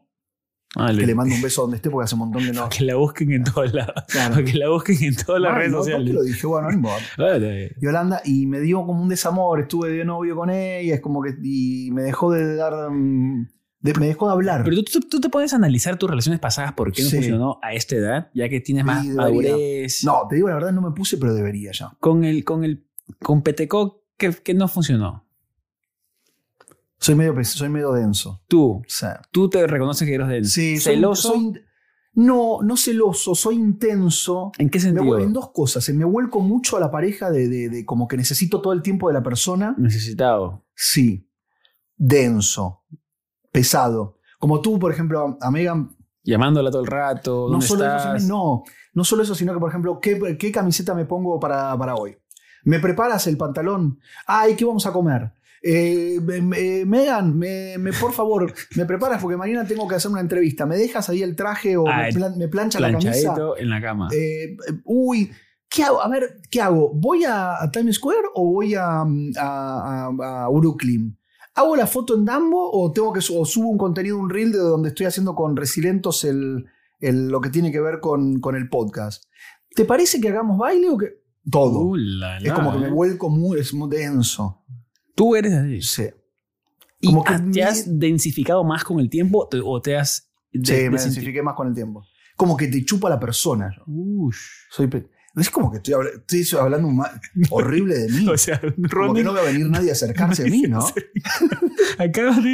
[SPEAKER 1] Vale.
[SPEAKER 2] Que le mando un beso donde esté porque hace un montón
[SPEAKER 1] (laughs)
[SPEAKER 2] de no.
[SPEAKER 1] Para (laughs) que la busquen en todos lados. (laughs)
[SPEAKER 2] Claro.
[SPEAKER 1] Para que la busquen en todas Ah, las
[SPEAKER 2] Ah,
[SPEAKER 1] redes
[SPEAKER 2] no, ¿por qué
[SPEAKER 1] sociales.
[SPEAKER 2] lo dije, bueno, no importa.
[SPEAKER 1] Vale.
[SPEAKER 2] Yolanda y me dio como un desamor, estuve de novio con ella, es como que y me dejó de dar mm, de- me dejó de hablar.
[SPEAKER 1] Pero tú, tú- tú te puedes analizar tus relaciones pasadas, por qué no
[SPEAKER 2] Sí.
[SPEAKER 1] funcionó a esta edad, ya que tienes más
[SPEAKER 2] Sí, debería.
[SPEAKER 1] madurez.
[SPEAKER 2] no, te digo la verdad no me puse, pero debería ya.
[SPEAKER 1] Con el, con el, con Peteco, que, que no funcionó.
[SPEAKER 2] Soy medio pes- soy medio denso.
[SPEAKER 1] Tú,
[SPEAKER 2] O sea,
[SPEAKER 1] tú te reconoces que eres del
[SPEAKER 2] sí, soy-
[SPEAKER 1] celoso.
[SPEAKER 2] soy in- no, no celoso, soy intenso.
[SPEAKER 1] ¿En qué
[SPEAKER 2] Me
[SPEAKER 1] sentido?
[SPEAKER 2] vuel- en dos cosas, eh, me vuelco mucho a la pareja de, de- de como que necesito todo el tiempo de la persona.
[SPEAKER 1] Necesitado.
[SPEAKER 2] Sí. Denso, pesado. Como tú, por ejemplo, a Megan
[SPEAKER 1] Llamándola todo el rato.
[SPEAKER 2] No
[SPEAKER 1] ¿Dónde
[SPEAKER 2] solo, eso,
[SPEAKER 1] estás?
[SPEAKER 2] sino- no, no solo eso, sino que, por ejemplo, ¿qué, qué camiseta me pongo para, para hoy? ¿Me preparas el pantalón? Ay, ¿qué vamos a comer? Eh, me- me- Megan, me, me- por favor, me preparas porque mañana tengo que hacer una entrevista. ¿Me dejas ahí el traje o
[SPEAKER 1] Ah,
[SPEAKER 2] me,
[SPEAKER 1] el
[SPEAKER 2] plan- me plancha la camisa?
[SPEAKER 1] Planchadito en la cama.
[SPEAKER 2] Eh, uy, ¿qué hago? A ver, ¿qué hago? ¿Voy a, a Times Square o voy a, mm, a- a- a Brooklyn? ¿Hago la foto en Dumbo o tengo que su- o subo un contenido, un reel de donde estoy haciendo con Resilentos el, el- lo que tiene que ver con, con el podcast? ¿Te parece que hagamos baile o que...? Todo.
[SPEAKER 1] Uh, la,
[SPEAKER 2] es
[SPEAKER 1] la,
[SPEAKER 2] como que me
[SPEAKER 1] eh.
[SPEAKER 2] vuelco muy, es muy denso.
[SPEAKER 1] Tú eres así.
[SPEAKER 2] Sí.
[SPEAKER 1] ¿Y
[SPEAKER 2] Como que
[SPEAKER 1] ah, te
[SPEAKER 2] mi-
[SPEAKER 1] has densificado más con el tiempo te- o te has... de-
[SPEAKER 2] Sí, me
[SPEAKER 1] desinti-
[SPEAKER 2] densifiqué más con el tiempo. Como que te chupa la persona.
[SPEAKER 1] Ush.
[SPEAKER 2] Soy pe- es como que estoy, habla- estoy hablando ma- horrible de mí.
[SPEAKER 1] (laughs) O sea,
[SPEAKER 2] Como
[SPEAKER 1] (laughs) Ronnie,
[SPEAKER 2] que no va a venir nadie a acercarse a
[SPEAKER 1] (laughs)
[SPEAKER 2] mí, ¿no?
[SPEAKER 1] acabas de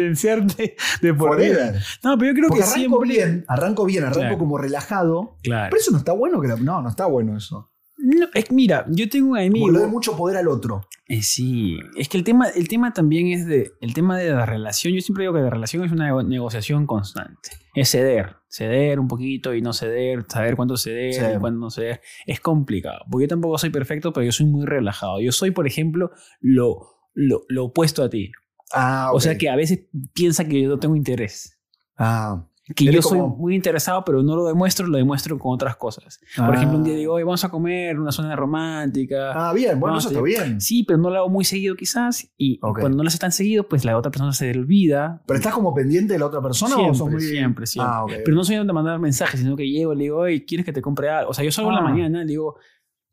[SPEAKER 1] sentenciarte de por vida.
[SPEAKER 2] Forever.
[SPEAKER 1] No, pero yo creo
[SPEAKER 2] Porque
[SPEAKER 1] que
[SPEAKER 2] arranco
[SPEAKER 1] siempre...
[SPEAKER 2] bien, arranco bien, arranco
[SPEAKER 1] Claro.
[SPEAKER 2] como relajado.
[SPEAKER 1] Claro.
[SPEAKER 2] Pero eso no está bueno. Que la- no, no está bueno eso.
[SPEAKER 1] No, es que mira, yo tengo un
[SPEAKER 2] Como le doy
[SPEAKER 1] amigo...
[SPEAKER 2] mucho poder al otro.
[SPEAKER 1] Eh, sí, es que el tema, el tema también es de... El tema de la relación, yo siempre digo que la relación es una nego- negociación constante. Es ceder, ceder un poquito y no ceder, saber cuándo ceder
[SPEAKER 2] Sí.
[SPEAKER 1] y cuándo no ceder. Es complicado, porque yo tampoco soy perfecto, pero yo soy muy relajado. Yo soy, por ejemplo, lo, lo, lo opuesto a ti.
[SPEAKER 2] Ah,
[SPEAKER 1] O
[SPEAKER 2] ok.
[SPEAKER 1] sea que a veces piensa que yo no tengo interés.
[SPEAKER 2] Ah,
[SPEAKER 1] Que
[SPEAKER 2] Eres
[SPEAKER 1] yo soy
[SPEAKER 2] como-
[SPEAKER 1] muy interesado, pero no lo demuestro, lo demuestro con otras cosas. Por
[SPEAKER 2] Ah.
[SPEAKER 1] ejemplo, un día digo, hoy vamos a comer una zona romántica.
[SPEAKER 2] Ah, bien, bueno,
[SPEAKER 1] No,
[SPEAKER 2] eso
[SPEAKER 1] sí.
[SPEAKER 2] está bien.
[SPEAKER 1] Sí, pero no lo hago muy seguido quizás. Y
[SPEAKER 2] Ok.
[SPEAKER 1] cuando no lo hace tan seguido, pues la otra persona se olvida.
[SPEAKER 2] Pero estás como pendiente de la otra persona o sos
[SPEAKER 1] siempre,
[SPEAKER 2] muy.
[SPEAKER 1] siempre, siempre.
[SPEAKER 2] Ah, ok.
[SPEAKER 1] Pero no soy de mandar mensajes, sino que llego y le digo, oye, ¿quieres que te compre algo? O sea, yo salgo en
[SPEAKER 2] Ah.
[SPEAKER 1] la mañana y le digo,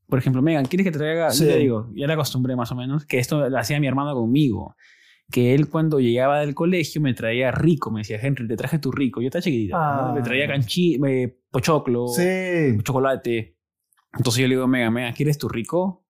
[SPEAKER 1] por ejemplo, Megan, ¿quieres que te traiga?
[SPEAKER 2] Sí.
[SPEAKER 1] Yo le digo, ya la acostumbré más o menos, que esto lo hacía mi hermano conmigo. Que él cuando llegaba del colegio me traía rico, me decía, Henry, te traje tu rico. Yo estaba chiquitita,
[SPEAKER 2] Ah.
[SPEAKER 1] ¿no? me traía canchi, eh, pochoclo,
[SPEAKER 2] Sí.
[SPEAKER 1] chocolate. Entonces yo le digo, Megan, Megan, ¿quieres tu rico?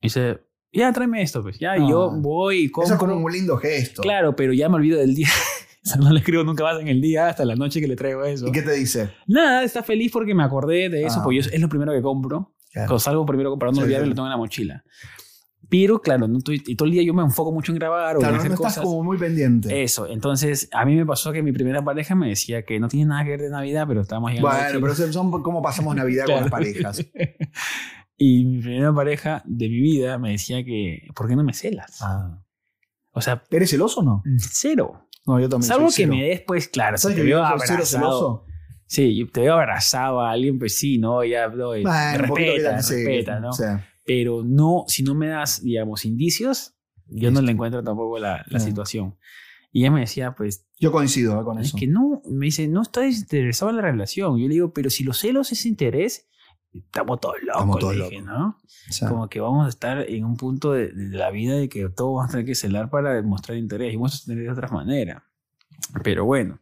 [SPEAKER 1] Y dice, ya tráeme esto, pues. Ya, y
[SPEAKER 2] Ah.
[SPEAKER 1] yo voy y compro.
[SPEAKER 2] Eso es como un lindo gesto.
[SPEAKER 1] Claro, pero ya me olvido del día. (laughs) o sea, no le escribo nunca más en el día hasta la noche que le traigo eso.
[SPEAKER 2] ¿Y qué te dice?
[SPEAKER 1] Nada, está feliz porque me acordé de eso,
[SPEAKER 2] Ah.
[SPEAKER 1] porque yo, es lo primero que compro.
[SPEAKER 2] Claro.
[SPEAKER 1] Cuando salgo primero a comprar, no
[SPEAKER 2] Sí,
[SPEAKER 1] olvidarme,
[SPEAKER 2] sí.
[SPEAKER 1] lo tengo en la mochila. Pero claro, no estoy- y todo el día yo me enfoco mucho en grabar o en
[SPEAKER 2] Claro, no
[SPEAKER 1] hacer
[SPEAKER 2] estás
[SPEAKER 1] cosas. Eh,
[SPEAKER 2] como muy pendiente.
[SPEAKER 1] Eso, entonces a mí me pasó que mi primera pareja me decía que no tiene nada que ver de Navidad, pero estábamos llegando. a
[SPEAKER 2] bueno,
[SPEAKER 1] Chile.
[SPEAKER 2] pero son son como pasamos Navidad
[SPEAKER 1] Claro.
[SPEAKER 2] con las
[SPEAKER 1] (laughs)
[SPEAKER 2] parejas.
[SPEAKER 1] Y mi primera pareja de mi vida me decía que, ¿por qué no me celas?
[SPEAKER 2] Ah.
[SPEAKER 1] O sea,
[SPEAKER 2] ¿Eres celoso o no?
[SPEAKER 1] cero.
[SPEAKER 2] No, yo también.
[SPEAKER 1] Salvo
[SPEAKER 2] soy
[SPEAKER 1] que
[SPEAKER 2] cero.
[SPEAKER 1] me des, pues claro, si
[SPEAKER 2] ¿Sabes
[SPEAKER 1] te
[SPEAKER 2] que yo
[SPEAKER 1] veo
[SPEAKER 2] soy cero
[SPEAKER 1] abrazado.
[SPEAKER 2] celoso?
[SPEAKER 1] Sí, y te veo abrazado a alguien, pues sí, no, ya, no, y-
[SPEAKER 2] Bueno, un poquito
[SPEAKER 1] respeta,
[SPEAKER 2] que- sí,
[SPEAKER 1] respeta, ¿no?
[SPEAKER 2] sí.
[SPEAKER 1] pero no, si no me das, digamos, indicios, yo no
[SPEAKER 2] Listo.
[SPEAKER 1] le encuentro tampoco la, la
[SPEAKER 2] Ah.
[SPEAKER 1] situación. Y ella me decía, pues,
[SPEAKER 2] Yo coincido eh, con
[SPEAKER 1] es
[SPEAKER 2] eso.
[SPEAKER 1] que no, me dice, no estás interesado en la relación. Yo le digo, pero si los celos es interés, estamos todos locos,
[SPEAKER 2] Estamos todos
[SPEAKER 1] le dije,
[SPEAKER 2] locos.
[SPEAKER 1] ¿no?
[SPEAKER 2] O sea,
[SPEAKER 1] Como que vamos a estar en un punto de, de la vida de que todos vamos a tener que celar para demostrar interés y vamos a tener de otra manera. Pero bueno,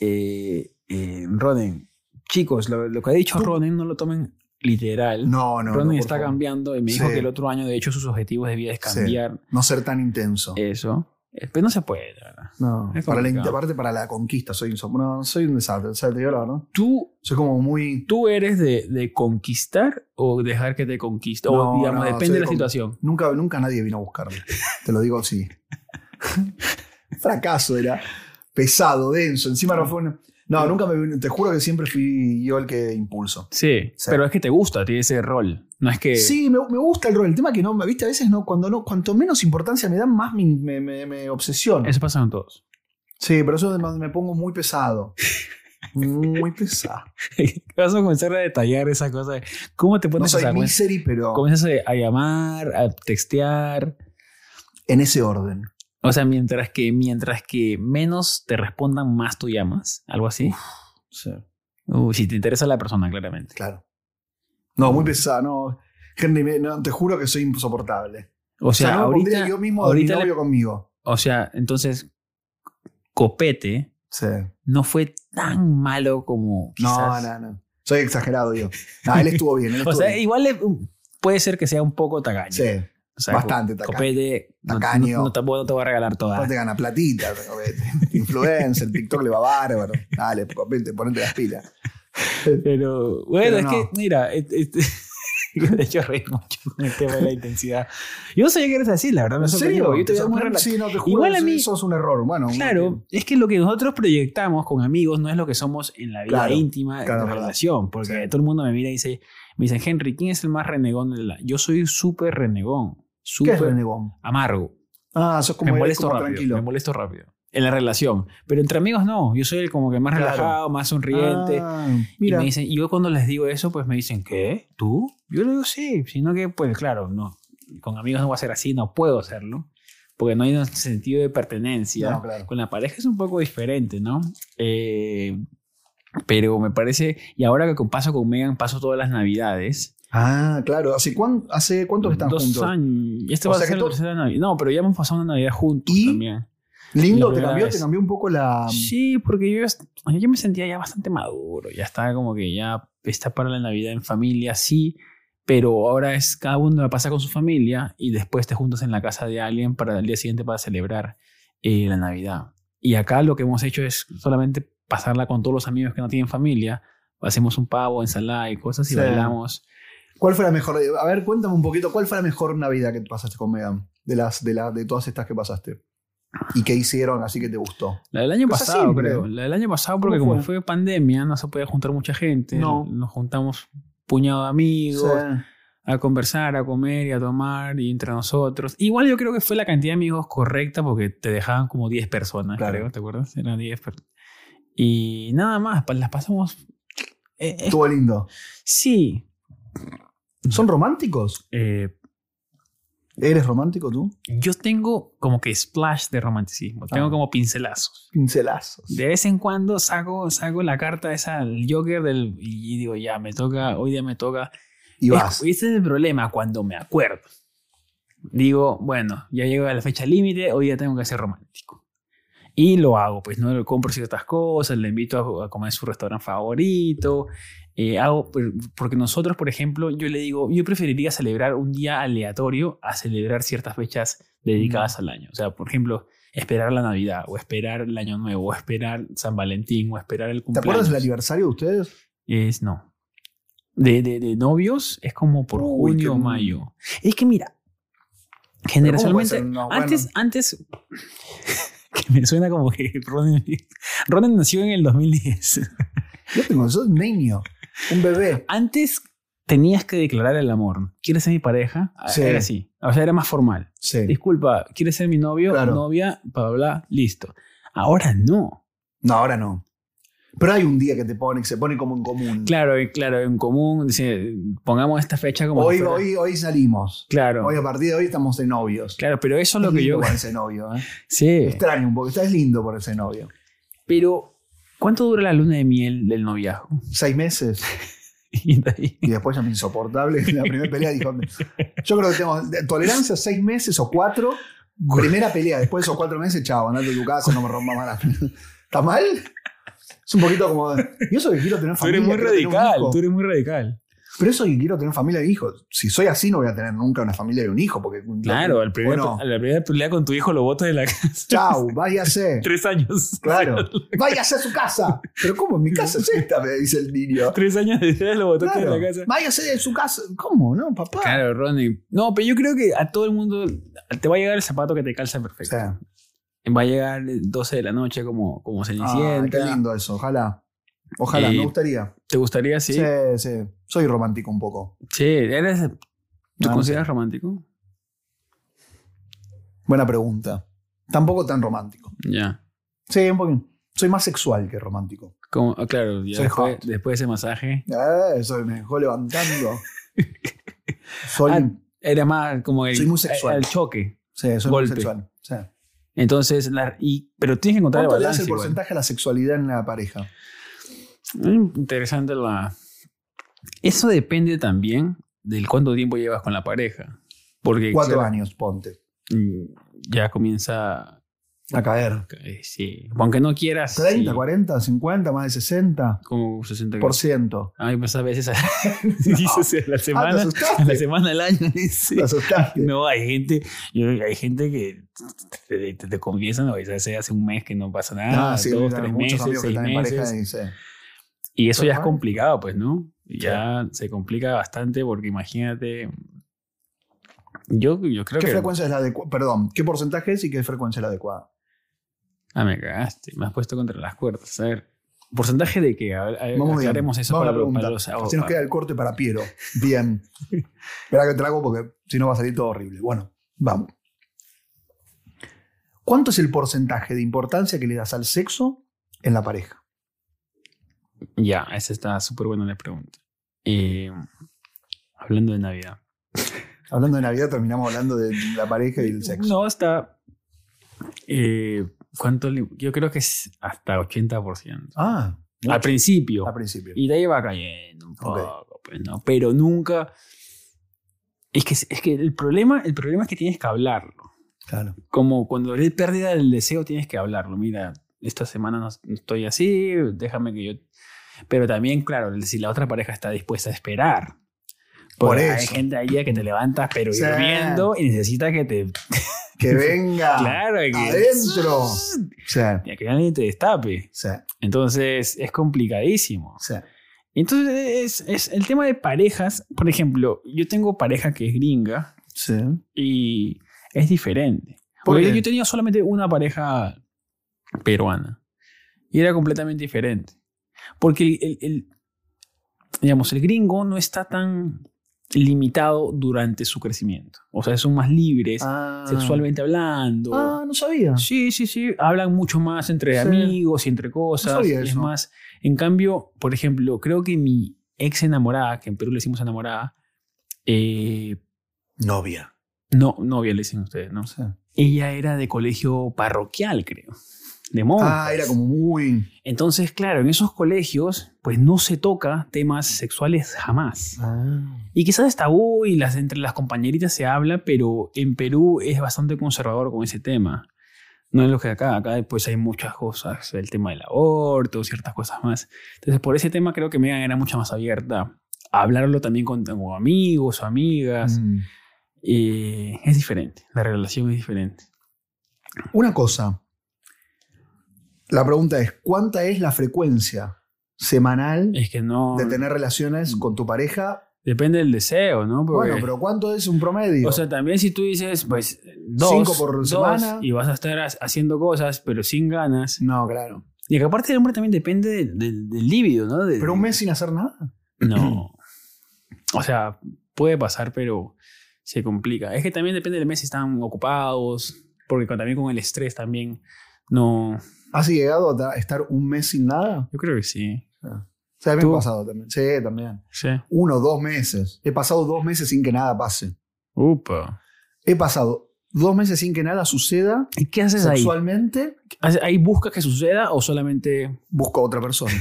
[SPEAKER 1] eh, eh, Ronen, chicos, lo, lo que ha dicho
[SPEAKER 2] Tú-
[SPEAKER 1] Ronen no lo tomen literal.
[SPEAKER 2] No, no. no,
[SPEAKER 1] Ronen
[SPEAKER 2] por
[SPEAKER 1] está
[SPEAKER 2] favor.
[SPEAKER 1] cambiando y me dijo
[SPEAKER 2] Sí.
[SPEAKER 1] que el otro año, de hecho, sus objetivos de vida es
[SPEAKER 2] Sí.
[SPEAKER 1] cambiar
[SPEAKER 2] No ser tan intenso.
[SPEAKER 1] eso. Eh, Pero no se puede, la verdad.
[SPEAKER 2] no,
[SPEAKER 1] es
[SPEAKER 2] para la,
[SPEAKER 1] complicado.
[SPEAKER 2] aparte para la conquista, soy un, som- no, soy un desastre. O sea, te digo la verdad.
[SPEAKER 1] Tú
[SPEAKER 2] Soy como muy.
[SPEAKER 1] ¿Tú eres de, de conquistar o dejar que te conquiste? O
[SPEAKER 2] No,
[SPEAKER 1] digamos,
[SPEAKER 2] no,
[SPEAKER 1] depende
[SPEAKER 2] soy
[SPEAKER 1] de
[SPEAKER 2] de
[SPEAKER 1] la
[SPEAKER 2] con-
[SPEAKER 1] situación.
[SPEAKER 2] Nunca, nunca nadie vino a buscarme. Te lo digo así. (laughs) Fracaso era. Pesado, denso. Encima no fue una- No, nunca me vino- Te juro que siempre fui yo el que impulso.
[SPEAKER 1] Sí,
[SPEAKER 2] Sí.
[SPEAKER 1] Pero es que te gusta, tiene ese rol. No es que.
[SPEAKER 2] Sí, me, me gusta el rol. El tema que no, me viste, a veces no, cuando no, cuanto menos importancia me dan, más me, me, me, me obsesiona.
[SPEAKER 1] Eso pasa con todos.
[SPEAKER 2] Sí, pero eso además me pongo muy
[SPEAKER 1] (laughs)
[SPEAKER 2] pesado. Muy pesado.
[SPEAKER 1] Vas a comenzar a detallar esa cosa. de ¿Cómo te
[SPEAKER 2] No
[SPEAKER 1] pones
[SPEAKER 2] soy
[SPEAKER 1] a comienzas,
[SPEAKER 2] misery, pero
[SPEAKER 1] comienzas a llamar, a textear.
[SPEAKER 2] en ese orden.
[SPEAKER 1] O sea, mientras que, mientras que menos te respondan, más tú llamas. Algo así.
[SPEAKER 2] Sí,
[SPEAKER 1] Uy, si te interesa la persona, claramente.
[SPEAKER 2] claro. No,
[SPEAKER 1] Mm.
[SPEAKER 2] muy pesado. No, Henry, me- no, te juro que soy insoportable.
[SPEAKER 1] O sea,
[SPEAKER 2] no me pondría
[SPEAKER 1] ahorita.
[SPEAKER 2] yo mismo de
[SPEAKER 1] ahorita
[SPEAKER 2] mi
[SPEAKER 1] le-
[SPEAKER 2] novio conmigo.
[SPEAKER 1] O sea, entonces, copete
[SPEAKER 2] Sí.
[SPEAKER 1] no fue tan malo como
[SPEAKER 2] No,
[SPEAKER 1] quizás.
[SPEAKER 2] no, no. Soy exagerado yo. No, él estuvo bien.
[SPEAKER 1] (laughs)
[SPEAKER 2] Él
[SPEAKER 1] O
[SPEAKER 2] estuvo
[SPEAKER 1] sea,
[SPEAKER 2] bien.
[SPEAKER 1] igual le- puede ser que sea un poco tacaño.
[SPEAKER 2] Sí,
[SPEAKER 1] O sea,
[SPEAKER 2] bastante
[SPEAKER 1] co-
[SPEAKER 2] tacaño.
[SPEAKER 1] Copete, no,
[SPEAKER 2] Tacaño. Pues
[SPEAKER 1] no- no te, no te va a regalar toda.
[SPEAKER 2] aparte gana platita. pero vete. (laughs) Influencer, TikTok le va bárbaro. Dale, vente, ponete las pilas.
[SPEAKER 1] Pero bueno,
[SPEAKER 2] Pero
[SPEAKER 1] es
[SPEAKER 2] no.
[SPEAKER 1] que, mira, et- et- (laughs) de hecho reí mucho con el tema de la intensidad. Yo no sabía que eres así, la verdad. Me
[SPEAKER 2] ¿En
[SPEAKER 1] sorprendió.
[SPEAKER 2] serio?
[SPEAKER 1] Yo te
[SPEAKER 2] ¿Te
[SPEAKER 1] veo muy
[SPEAKER 2] sorprende?
[SPEAKER 1] relajado.
[SPEAKER 2] Sí, no, te juro
[SPEAKER 1] Igual a
[SPEAKER 2] que
[SPEAKER 1] mí-
[SPEAKER 2] Sos un error. Bueno, uno
[SPEAKER 1] Claro, es que lo que nosotros proyectamos con amigos no es lo que somos en la vida
[SPEAKER 2] Claro,
[SPEAKER 1] íntima
[SPEAKER 2] claro,
[SPEAKER 1] de la
[SPEAKER 2] verdad.
[SPEAKER 1] relación, porque
[SPEAKER 2] Sí.
[SPEAKER 1] todo el mundo me mira y dice, me dicen, Henry, ¿quién es el más renegón? De la... Yo soy súper renegón,
[SPEAKER 2] tiene- ¿Qué es
[SPEAKER 1] súper
[SPEAKER 2] renegón?
[SPEAKER 1] amargo.
[SPEAKER 2] Ah, sos
[SPEAKER 1] me
[SPEAKER 2] como, eres
[SPEAKER 1] molesto
[SPEAKER 2] como
[SPEAKER 1] rápido. Me
[SPEAKER 2] tranquilo.
[SPEAKER 1] molesto rápido. En la relación. Pero entre amigos no. Yo soy el como que más
[SPEAKER 2] Claro.
[SPEAKER 1] relajado, más sonriente.
[SPEAKER 2] Ah,
[SPEAKER 1] y
[SPEAKER 2] mira.
[SPEAKER 1] me dicen, y yo cuando les digo eso, pues me dicen, ¿qué? ¿Tú? Yo le digo sí. Sino que, pues claro, no. Con amigos no voy a ser así, no puedo hacerlo. Porque no hay un sentido de pertenencia.
[SPEAKER 2] No, claro.
[SPEAKER 1] Con la pareja es un poco diferente, ¿no? Eh, pero me parece. Y ahora que con- paso con Megan, paso todas las navidades.
[SPEAKER 2] Ah, claro. ¿Hace, cuán- hace cuántos están
[SPEAKER 1] Dos
[SPEAKER 2] juntos?
[SPEAKER 1] años. Y este
[SPEAKER 2] O
[SPEAKER 1] va a
[SPEAKER 2] sea que
[SPEAKER 1] ser la
[SPEAKER 2] tú-
[SPEAKER 1] tercera Navidad. No, pero ya hemos pasado una Navidad juntos
[SPEAKER 2] ¿Y?
[SPEAKER 1] también.
[SPEAKER 2] Lindo,
[SPEAKER 1] La
[SPEAKER 2] te
[SPEAKER 1] primera
[SPEAKER 2] cambió,
[SPEAKER 1] vez.
[SPEAKER 2] te cambió un poco la.
[SPEAKER 1] Sí, porque yo, ya- yo me sentía ya bastante maduro, ya estaba como que ya está para la Navidad en familia, sí, pero ahora es cada uno la pasa con su familia y después te juntas en la casa de alguien para el día siguiente para celebrar eh, la Navidad. Y acá lo que hemos hecho es solamente pasarla con todos los amigos que no tienen familia, hacemos un pavo, ensalada y cosas y
[SPEAKER 2] Sí.
[SPEAKER 1] bailamos.
[SPEAKER 2] ¿Cuál fue la mejor? A ver, cuéntame un poquito, ¿cuál fue la mejor Navidad que pasaste con Megan? De las, de las, de todas estas que pasaste. ¿Y qué hicieron así que te gustó?
[SPEAKER 1] La del año
[SPEAKER 2] Cosa
[SPEAKER 1] pasado,
[SPEAKER 2] simple.
[SPEAKER 1] creo. La del año pasado, porque
[SPEAKER 2] ¿Cómo
[SPEAKER 1] como
[SPEAKER 2] fue?
[SPEAKER 1] fue pandemia, no se podía juntar mucha gente.
[SPEAKER 2] No.
[SPEAKER 1] Nos juntamos puñado de amigos, a conversar, a comer y a tomar y entre nosotros. Igual yo creo que fue la cantidad de amigos correcta porque te dejaban como 10 personas,
[SPEAKER 2] Claro.
[SPEAKER 1] creo, ¿te acuerdas? Eran 10 per- Y nada más, pa- las pasamos... eh, eh,
[SPEAKER 2] Estuvo lindo.
[SPEAKER 1] sí.
[SPEAKER 2] ¿Son románticos?
[SPEAKER 1] eh,
[SPEAKER 2] ¿Eres romántico tú?
[SPEAKER 1] yo tengo como que splash de romanticismo, tengo
[SPEAKER 2] Ah.
[SPEAKER 1] como pincelazos.
[SPEAKER 2] Pincelazos.
[SPEAKER 1] De vez en cuando saco, saco la carta esa, el Joker del... Y digo, ya, me toca, hoy día me toca
[SPEAKER 2] Y
[SPEAKER 1] Es-
[SPEAKER 2] vas.
[SPEAKER 1] ese es el problema cuando me acuerdo. Digo, bueno, ya llego a la fecha límite, hoy ya tengo que ser romántico. Y lo hago, pues, ¿no? Le compro ciertas cosas, le invito a, a comer su restaurante favorito. eh, hago, por- porque nosotros, por ejemplo, yo le digo, yo preferiría celebrar un día aleatorio a celebrar ciertas fechas dedicadas al año. O sea, por ejemplo, esperar la Navidad, o esperar el Año Nuevo, o esperar San Valentín, o esperar el
[SPEAKER 2] ¿Te
[SPEAKER 1] cumpleaños.
[SPEAKER 2] acuerdas del aniversario de ustedes?
[SPEAKER 1] Es no. De, de, de novios es como por
[SPEAKER 2] Uy,
[SPEAKER 1] junio o
[SPEAKER 2] qué-
[SPEAKER 1] mayo. Es que mira,
[SPEAKER 2] ¿Pero cómo puede
[SPEAKER 1] generacionalmente.
[SPEAKER 2] ser? No, bueno.
[SPEAKER 1] antes, antes. (laughs) que me suena como que Ronen, Ronen nació en el 2010.
[SPEAKER 2] Yo tengo, sos un niño, un bebé.
[SPEAKER 1] Antes tenías que declarar el amor. ¿Quieres ser mi pareja? Ah,
[SPEAKER 2] Sí.
[SPEAKER 1] Era así. O sea, era más formal.
[SPEAKER 2] Sí.
[SPEAKER 1] Disculpa, ¿quieres ser mi novio?
[SPEAKER 2] Claro.
[SPEAKER 1] Novia, bla, bla, bla, listo. Ahora no.
[SPEAKER 2] No, ahora no. Pero hay un día que te pone, que se pone como en común.
[SPEAKER 1] Claro, y claro, en común, dice, pongamos esta fecha como.
[SPEAKER 2] Hoy,
[SPEAKER 1] si fuera-
[SPEAKER 2] hoy, hoy salimos.
[SPEAKER 1] Claro.
[SPEAKER 2] Hoy a partir de hoy estamos de novios.
[SPEAKER 1] Claro, pero eso es lo que yo.
[SPEAKER 2] Con ese novio, ¿eh?
[SPEAKER 1] Sí.
[SPEAKER 2] Extraño un poco. Estás lindo por ese novio.
[SPEAKER 1] Pero, ¿cuánto dura la luna de miel del noviazgo? (laughs)
[SPEAKER 2] Seis meses
[SPEAKER 1] Y de ahí-
[SPEAKER 2] y después ya me insoportable. (laughs) La primera pelea dijo: Yo creo que tengo de- tolerancia seis meses o cuatro. Primera pelea, después de esos cuatro meses, chao, andate a tu casa, no me rompa más la- ¿Está mal? Es un poquito como. Y eso que quiero tener
[SPEAKER 1] Tú eres
[SPEAKER 2] familia.
[SPEAKER 1] muy
[SPEAKER 2] quiero tener un
[SPEAKER 1] radical,
[SPEAKER 2] hijo.
[SPEAKER 1] tú eres muy radical.
[SPEAKER 2] Pero eso que quiero tener familia y hijos. Si soy así, no voy a tener nunca una familia y un hijo. Porque,
[SPEAKER 1] Claro, al primer,
[SPEAKER 2] Bueno,
[SPEAKER 1] a la primera pelea con tu hijo lo botas de la (laughs) casa.
[SPEAKER 2] chau, váyase.
[SPEAKER 1] (laughs) Tres años.
[SPEAKER 2] Claro, váyase a su casa. Pero ¿cómo? Mi casa es esta, me dice el niño.
[SPEAKER 1] Tres años de edad lo botaste
[SPEAKER 2] Claro,
[SPEAKER 1] de la casa.
[SPEAKER 2] váyase de su casa. ¿Cómo? No, papá.
[SPEAKER 1] Claro, Ronnie. No, pero yo creo que a todo el mundo te va a llegar el zapato que te calza
[SPEAKER 2] O
[SPEAKER 1] perfecto.
[SPEAKER 2] sea,
[SPEAKER 1] Va a llegar 12 de la noche como, como
[SPEAKER 2] ah, qué
[SPEAKER 1] Cenicienta.
[SPEAKER 2] lindo eso. Ojalá. Ojalá,
[SPEAKER 1] Eh,
[SPEAKER 2] me gustaría.
[SPEAKER 1] ¿Te gustaría así?
[SPEAKER 2] Sí.
[SPEAKER 1] Sí.
[SPEAKER 2] sí, Soy romántico un poco.
[SPEAKER 1] ¿Eres, ¿Te
[SPEAKER 2] No, no
[SPEAKER 1] consideras romántico?
[SPEAKER 2] Buena pregunta. Tampoco tan romántico.
[SPEAKER 1] Ya.
[SPEAKER 2] Sí, un poquito. Soy más sexual que romántico.
[SPEAKER 1] Como- ah, claro, ya
[SPEAKER 2] Soy
[SPEAKER 1] después,
[SPEAKER 2] hot.
[SPEAKER 1] después de ese masaje.
[SPEAKER 2] Eh, eso me dejó levantando.
[SPEAKER 1] (laughs)
[SPEAKER 2] Soy,
[SPEAKER 1] Ah, Era más como el,
[SPEAKER 2] Soy muy sexual.
[SPEAKER 1] el choque.
[SPEAKER 2] sí, soy muy
[SPEAKER 1] golpe.
[SPEAKER 2] sexual. Sí.
[SPEAKER 1] Entonces, la, y, pero tienes que encontrar el
[SPEAKER 2] ¿Cuánto le das
[SPEAKER 1] balance.
[SPEAKER 2] el
[SPEAKER 1] igual.
[SPEAKER 2] porcentaje a la sexualidad en la pareja?
[SPEAKER 1] Mm, Interesante la. Eso depende también del cuánto tiempo llevas con la pareja. Porque
[SPEAKER 2] Cuatro
[SPEAKER 1] claro,
[SPEAKER 2] años, ponte.
[SPEAKER 1] mm, ya comienza.
[SPEAKER 2] A caer.
[SPEAKER 1] eh, sí. Aunque no quieras.
[SPEAKER 2] 30,
[SPEAKER 1] sí,
[SPEAKER 2] 40, 50, más de 60
[SPEAKER 1] Como 60
[SPEAKER 2] por ciento.
[SPEAKER 1] Ay, pues a
[SPEAKER 2] (laughs)
[SPEAKER 1] veces. (laughs) dices, a la
[SPEAKER 2] Ah, te
[SPEAKER 1] semana. a la (laughs)
[SPEAKER 2] asustaste.
[SPEAKER 1] semana, al año. dice.
[SPEAKER 2] Te asustaste.
[SPEAKER 1] (laughs) No, hay gente, yo- hay gente que te, te, te confiesan, a veces hace un mes que no pasa nada,
[SPEAKER 2] Ah, sí,
[SPEAKER 1] dos,
[SPEAKER 2] hay
[SPEAKER 1] tres
[SPEAKER 2] muchos
[SPEAKER 1] meses,
[SPEAKER 2] amigos que
[SPEAKER 1] seis
[SPEAKER 2] están en pareja
[SPEAKER 1] meses.
[SPEAKER 2] y sí.
[SPEAKER 1] Y eso ya es
[SPEAKER 2] Ajá.
[SPEAKER 1] complicado, pues, ¿no? Ya se complica bastante porque imagínate. Yo, yo creo
[SPEAKER 2] ¿Qué
[SPEAKER 1] que.
[SPEAKER 2] frecuencia es la adecuada? Perdón, ¿qué porcentaje es y qué frecuencia es la adecuada?
[SPEAKER 1] Ah, me cagaste, me has puesto contra las cuerdas. A ver, ¿porcentaje de qué? A ver, a ver,
[SPEAKER 2] Vamos bien.
[SPEAKER 1] aclaremos eso
[SPEAKER 2] Vamos a
[SPEAKER 1] para,
[SPEAKER 2] la
[SPEAKER 1] los-
[SPEAKER 2] pregunta.
[SPEAKER 1] para los.
[SPEAKER 2] Si nos queda el corte para Piero.
[SPEAKER 1] (laughs)
[SPEAKER 2] Bien. Espera que trago porque si no va a salir todo horrible. Bueno, vamos. ¿Cuánto es el porcentaje de importancia que le das al sexo en la pareja?
[SPEAKER 1] Ya, esa está súper buena la pregunta. Eh, hablando de Navidad.
[SPEAKER 2] Hablando de Navidad, terminamos hablando de la pareja y el sexo.
[SPEAKER 1] No, está. eh, ¿Cuánto? le- Yo creo que es hasta 80%.
[SPEAKER 2] Ah,
[SPEAKER 1] al principio.
[SPEAKER 2] al principio.
[SPEAKER 1] Y de ahí va cayendo un poco,
[SPEAKER 2] Ok.
[SPEAKER 1] pues, ¿no? Pero nunca. Es que, es que el, problema, el problema es que tienes que hablarlo.
[SPEAKER 2] Claro.
[SPEAKER 1] Como cuando hay pérdida del deseo, tienes que hablarlo. Mira, esta semana no no estoy así, déjame que yo. Pero también, claro, si la otra pareja está dispuesta a esperar.
[SPEAKER 2] Por
[SPEAKER 1] Porque Hay
[SPEAKER 2] eso.
[SPEAKER 1] gente allá que te levantas, pero
[SPEAKER 2] Sí.
[SPEAKER 1] hirviendo y necesita que te.
[SPEAKER 2] Que venga.
[SPEAKER 1] (laughs) claro, que.
[SPEAKER 2] adentro. Sí,
[SPEAKER 1] y a que nadie te destape.
[SPEAKER 2] sí,
[SPEAKER 1] Entonces es complicadísimo.
[SPEAKER 2] sí.
[SPEAKER 1] Entonces es, es el tema de parejas. Por ejemplo, yo tengo pareja que es gringa
[SPEAKER 2] sí.
[SPEAKER 1] y es diferente.
[SPEAKER 2] ¿Por
[SPEAKER 1] Porque
[SPEAKER 2] qué?
[SPEAKER 1] yo tenía solamente una pareja peruana y era completamente diferente. Porque el, el- el- digamos, el gringo no está tan limitado durante su crecimiento. O sea, son más libres
[SPEAKER 2] Ah.
[SPEAKER 1] sexualmente hablando.
[SPEAKER 2] Ah, no sabía.
[SPEAKER 1] Sí, sí, sí. Hablan mucho más entre
[SPEAKER 2] Sí.
[SPEAKER 1] amigos y entre
[SPEAKER 2] No
[SPEAKER 1] cosas.
[SPEAKER 2] sabía
[SPEAKER 1] es
[SPEAKER 2] eso.
[SPEAKER 1] más, en cambio, por ejemplo, creo que mi ex enamorada, que en Perú le decimos enamorada, eh,
[SPEAKER 2] Novia.
[SPEAKER 1] no, novia le dicen ustedes, ¿no?
[SPEAKER 2] Sí.
[SPEAKER 1] Ella era de colegio parroquial, creo. De monjas.
[SPEAKER 2] Ah, era como muy.
[SPEAKER 1] Entonces, claro, en esos colegios, pues no se toca temas sexuales jamás. Y quizás es tabú y las, entre las compañeritas se habla, pero en Perú es bastante conservador con ese tema. No es lo que acá, acá pues hay muchas cosas, el tema del aborto, ciertas cosas más. Entonces por ese tema creo que Megan era mucho más abierta a hablarlo también con, con amigos o amigas.
[SPEAKER 2] Mm.
[SPEAKER 1] Eh, es diferente, la relación es diferente.
[SPEAKER 2] Una cosa. La pregunta es: ¿cuánta es la frecuencia semanal
[SPEAKER 1] Es que no...
[SPEAKER 2] de tener relaciones con tu pareja?
[SPEAKER 1] Depende del deseo, ¿no? Porque-
[SPEAKER 2] Bueno, pero ¿cuánto es un promedio?
[SPEAKER 1] Pues, O sea, también si tú dices, pues, dos,
[SPEAKER 2] Cinco por
[SPEAKER 1] dos,
[SPEAKER 2] semana.
[SPEAKER 1] y vas a estar ha- haciendo cosas, pero sin ganas,
[SPEAKER 2] no, claro.
[SPEAKER 1] Y que aparte el hombre también depende del, del, del líbido, ¿no? De-
[SPEAKER 2] Pero un mes sin hacer nada.
[SPEAKER 1] No. O sea, puede pasar, pero se complica. Es que también depende del mes si están ocupados, porque con- también con el estrés también. No,
[SPEAKER 2] ¿Has llegado a ta- estar un mes sin nada?
[SPEAKER 1] yo creo que sí.
[SPEAKER 2] O sea, me
[SPEAKER 1] ¿Tú?
[SPEAKER 2] ha pasado también. Sí, también.
[SPEAKER 1] Sí.
[SPEAKER 2] Uno, dos meses. He pasado dos meses sin que nada pase.
[SPEAKER 1] Upa.
[SPEAKER 2] He pasado dos meses sin que nada suceda
[SPEAKER 1] ¿Y qué haces ahí?
[SPEAKER 2] sexualmente.
[SPEAKER 1] ¿Hace- ¿Ahí buscas que suceda o solamente.?
[SPEAKER 2] Busco a
[SPEAKER 1] (laughs)
[SPEAKER 2] otra persona.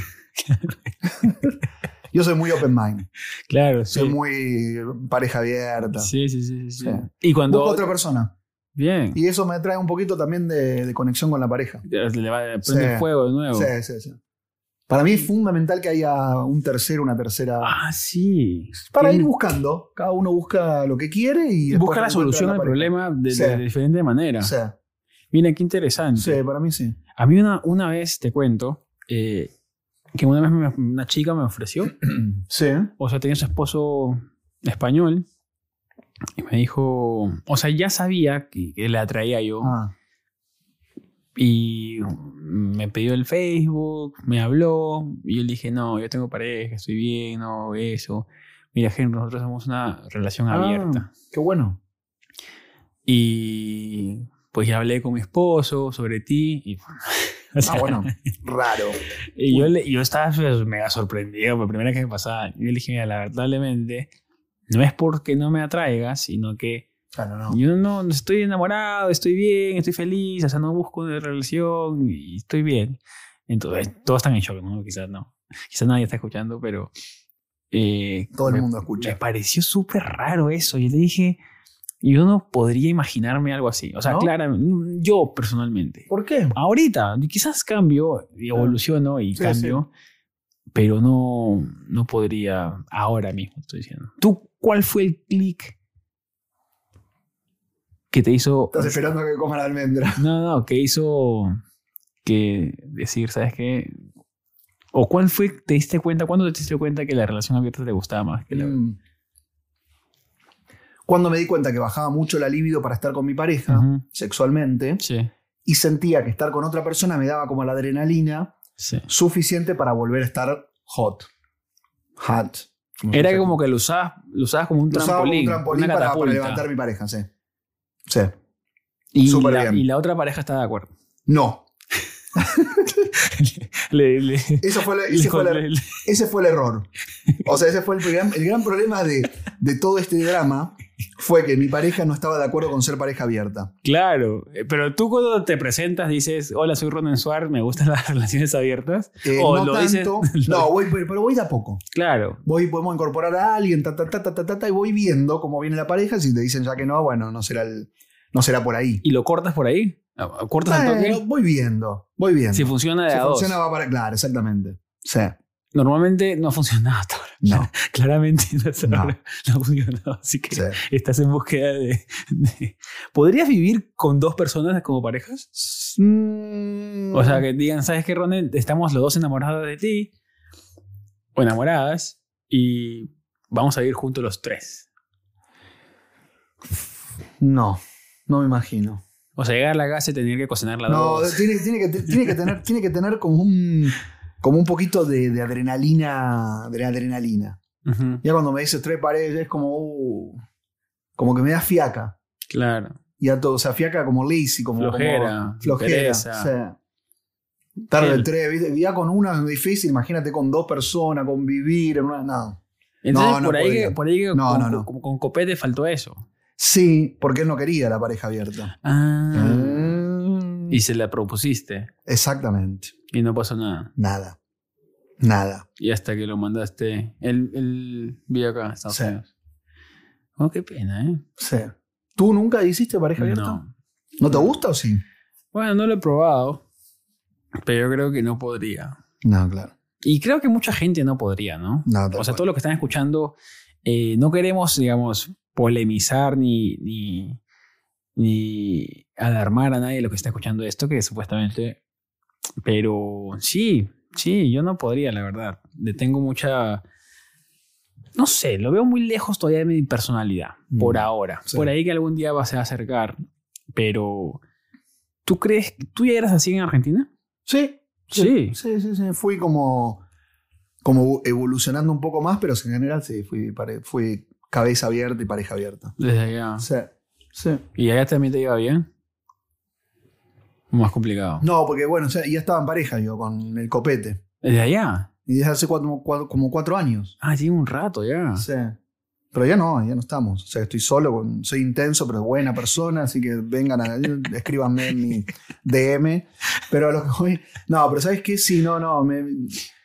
[SPEAKER 2] Yo soy muy open mind.
[SPEAKER 1] Claro, sí.
[SPEAKER 2] Soy muy pareja abierta.
[SPEAKER 1] Sí, sí, sí, sí, sí.
[SPEAKER 2] Sí.
[SPEAKER 1] Y cuando.
[SPEAKER 2] Busco otra persona.
[SPEAKER 1] Bien.
[SPEAKER 2] Y eso me trae un poquito también de, de conexión con la pareja.
[SPEAKER 1] Le va a prender
[SPEAKER 2] Sí.
[SPEAKER 1] fuego de nuevo.
[SPEAKER 2] Sí, sí, sí. Para mí es fundamental que haya un tercero, una tercera.
[SPEAKER 1] Ah, sí.
[SPEAKER 2] para ir
[SPEAKER 1] Tiene-
[SPEAKER 2] buscando. Cada uno busca lo que quiere y. después
[SPEAKER 1] busca la
[SPEAKER 2] encuentra
[SPEAKER 1] solución
[SPEAKER 2] la
[SPEAKER 1] al
[SPEAKER 2] pareja.
[SPEAKER 1] problema de,
[SPEAKER 2] Sí.
[SPEAKER 1] de diferente manera.
[SPEAKER 2] Sí,
[SPEAKER 1] Mira, qué interesante.
[SPEAKER 2] sí, para mí sí.
[SPEAKER 1] A mí una, una vez, te cuento, eh, que una vez me- una chica me ofreció,
[SPEAKER 2] Sí.
[SPEAKER 1] o sea, tenía su esposo español, y me dijo, o sea, ya sabía que, que le atraía yo,
[SPEAKER 2] Ah,
[SPEAKER 1] y me pidió el Facebook, me habló, y yo le dije, no, yo tengo pareja, estoy bien, no, eso. Mira, Henry, nosotros somos una relación abierta.
[SPEAKER 2] Ah,
[SPEAKER 1] (laughs)
[SPEAKER 2] qué bueno.
[SPEAKER 1] Y pues ya hablé con mi esposo sobre ti. Y, (laughs) o sea,
[SPEAKER 2] Ah, bueno. Raro.
[SPEAKER 1] y yo, le- yo estaba pues, mega sorprendido por la primera vez que me pasaba. Yo le dije, mira, lamentablemente, no es porque no me atraiga, sino que
[SPEAKER 2] Claro, Ah, no.
[SPEAKER 1] yo no, no estoy enamorado, estoy bien, estoy feliz, o sea, no busco una relación y estoy bien. Entonces, todos están en shock, ¿no? Quizás no. (laughs) Quizás nadie está escuchando, pero... eh,
[SPEAKER 2] Todo el
[SPEAKER 1] me-
[SPEAKER 2] mundo
[SPEAKER 1] me
[SPEAKER 2] escucha.
[SPEAKER 1] pareció súper raro eso. Yo le dije, yo no podría imaginarme algo así. O sea,
[SPEAKER 2] ¿No?
[SPEAKER 1] claramente, yo personalmente.
[SPEAKER 2] ¿Por qué?
[SPEAKER 1] Ahorita, quizás cambio, y evoluciono y
[SPEAKER 2] Sí,
[SPEAKER 1] cambio, pero no, no podría ahora mismo, estoy diciendo. ¿Tú cuál fue el clic que te hizo...
[SPEAKER 2] Estás esperando que coma
[SPEAKER 1] (laughs)
[SPEAKER 2] la almendra.
[SPEAKER 1] No, no, que hizo que decir, ¿sabes qué? ¿O cuál fue, te diste cuenta, cuándo te diste cuenta que la relación abierta te gustaba más? Que la-
[SPEAKER 2] Mm. Cuando me di cuenta que bajaba mucho la libido para estar con mi pareja,
[SPEAKER 1] Ujú.
[SPEAKER 2] sexualmente,
[SPEAKER 1] Sí,
[SPEAKER 2] y sentía que estar con otra persona me daba como la adrenalina
[SPEAKER 1] sí.
[SPEAKER 2] suficiente para volver a estar hot. Hot.
[SPEAKER 1] Era como que lo usabas, lo usabas como un
[SPEAKER 2] Lo usaba como
[SPEAKER 1] trampolín.
[SPEAKER 2] un trampolín
[SPEAKER 1] una
[SPEAKER 2] para- para,
[SPEAKER 1] catapulta.
[SPEAKER 2] levantar mi pareja, sí. Sí.
[SPEAKER 1] y,
[SPEAKER 2] Súper
[SPEAKER 1] la,
[SPEAKER 2] bien.
[SPEAKER 1] y la otra pareja está de acuerdo.
[SPEAKER 2] No.
[SPEAKER 1] Le- le-
[SPEAKER 2] Eso fue
[SPEAKER 1] (laughs)
[SPEAKER 2] la- ese,
[SPEAKER 1] le-
[SPEAKER 2] fue la-
[SPEAKER 1] le- le-
[SPEAKER 2] ese fue el error. O sea, ese fue el gran, el gran problema de, de todo este drama. Fue que mi pareja no estaba de acuerdo con ser pareja abierta.
[SPEAKER 1] claro, Eh, pero tú cuando te presentas dices, hola, soy Ronan Suar, me gustan (laughs) las relaciones abiertas.
[SPEAKER 2] Eh,
[SPEAKER 1] o
[SPEAKER 2] no
[SPEAKER 1] Oh, (laughs) lo dices,
[SPEAKER 2] tanto. No, voy, pero pero voy de a poco.
[SPEAKER 1] claro,
[SPEAKER 2] Voy, podemos incorporar a alguien, ta, ta, ta, ta, ta, ta, ta, y voy viendo cómo viene la pareja. Si te dicen ya que no, bueno, no será, el, no será por ahí.
[SPEAKER 1] y lo cortas por ahí, Ah, cortas al
[SPEAKER 2] Bueno,
[SPEAKER 1] toque.
[SPEAKER 2] voy viendo, voy viendo.
[SPEAKER 1] Si funciona de
[SPEAKER 2] Si
[SPEAKER 1] a dos.
[SPEAKER 2] funciona, va para. Claro, exactamente. Sí,
[SPEAKER 1] Normalmente no ha funcionado hasta ahora.
[SPEAKER 2] no.
[SPEAKER 1] (laughs) Claramente no, hasta
[SPEAKER 2] No.
[SPEAKER 1] ahora no ha funcionado. Así que
[SPEAKER 2] sí.
[SPEAKER 1] estás en búsqueda de, de- ¿Podrías vivir con dos personas como parejas? O
[SPEAKER 2] Mm,
[SPEAKER 1] sea, que digan, ¿sabes qué, Ronel? Estamos los dos enamorados de ti o enamoradas y vamos a vivir juntos los tres.
[SPEAKER 2] No, no me imagino.
[SPEAKER 1] O sea, llegar a la casa y tener que cocinar la
[SPEAKER 2] No,
[SPEAKER 1] dos.
[SPEAKER 2] tiene, tiene que, tiene, que tener, tiene que tener como un, como un poquito de, de adrenalina. De adrenalina.
[SPEAKER 1] Ujú,
[SPEAKER 2] Ya cuando me dices tres paredes, ya es como. uh, como que me da fiaca.
[SPEAKER 1] claro.
[SPEAKER 2] Y a todo, o sea, fiaca como lazy, como. como
[SPEAKER 1] Flojera,
[SPEAKER 2] flojera.
[SPEAKER 1] pereza.
[SPEAKER 2] o sea. tarde
[SPEAKER 1] El-
[SPEAKER 2] tres, ¿viste? ya con una es difícil, imagínate con dos personas, convivir, en una, no.
[SPEAKER 1] Entonces,
[SPEAKER 2] No, no
[SPEAKER 1] por, ahí que,
[SPEAKER 2] podría.
[SPEAKER 1] por ahí que
[SPEAKER 2] No,
[SPEAKER 1] con,
[SPEAKER 2] no, no.
[SPEAKER 1] con- con Copete faltó eso.
[SPEAKER 2] Sí, porque él no quería la pareja abierta.
[SPEAKER 1] Ah.
[SPEAKER 2] Mm.
[SPEAKER 1] Y se la propusiste
[SPEAKER 2] Exactamente.
[SPEAKER 1] y no pasó nada.
[SPEAKER 2] Nada. Nada.
[SPEAKER 1] Y hasta que lo mandaste. Él, él vive acá, en Estados
[SPEAKER 2] Sí.
[SPEAKER 1] Unidos. Oh, qué pena, ¿eh?
[SPEAKER 2] Sí. ¿Tú nunca hiciste pareja abierta?
[SPEAKER 1] No.
[SPEAKER 2] ¿No te gusta o sí?
[SPEAKER 1] Bueno, no lo he probado, pero yo creo que no podría.
[SPEAKER 2] No, claro.
[SPEAKER 1] Y creo que mucha gente no podría, ¿no?
[SPEAKER 2] No, tal
[SPEAKER 1] O sea,
[SPEAKER 2] cual.
[SPEAKER 1] todos los que están escuchando, eh, no queremos, digamos, polemizar ni, ni, ni alarmar a nadie de lo que está escuchando esto, que supuestamente... Pero sí, sí, yo no podría, la verdad. Le tengo mucha... No sé, lo veo muy lejos todavía de mi personalidad,
[SPEAKER 2] Mm,
[SPEAKER 1] por ahora.
[SPEAKER 2] sí.
[SPEAKER 1] Por ahí que algún día va, se va a acercar, pero... ¿Tú crees, tú ya eras así en Argentina?
[SPEAKER 2] Sí,
[SPEAKER 1] Sí.
[SPEAKER 2] Sí, sí, sí. Fui como, como evolucionando un poco más, pero en general sí, fui, pare- fui cabeza abierta y pareja abierta.
[SPEAKER 1] Desde allá.
[SPEAKER 2] Sí. Sí.
[SPEAKER 1] ¿Y allá también te iba bien? Más complicado.
[SPEAKER 2] No, porque bueno, o sea, ya estaba en pareja yo con el copete.
[SPEAKER 1] ¿Desde allá?
[SPEAKER 2] Y desde hace cuatro- cuatro- como cuatro años.
[SPEAKER 1] Ah, tiene un rato ya.
[SPEAKER 2] Sí. Pero ya no, ya no estamos. O sea, estoy solo, con- soy intenso, pero buena persona, así que vengan a escríbanme en mi DM. Pero a lo que voy. No, pero ¿sabes qué? Sí, no, no. me-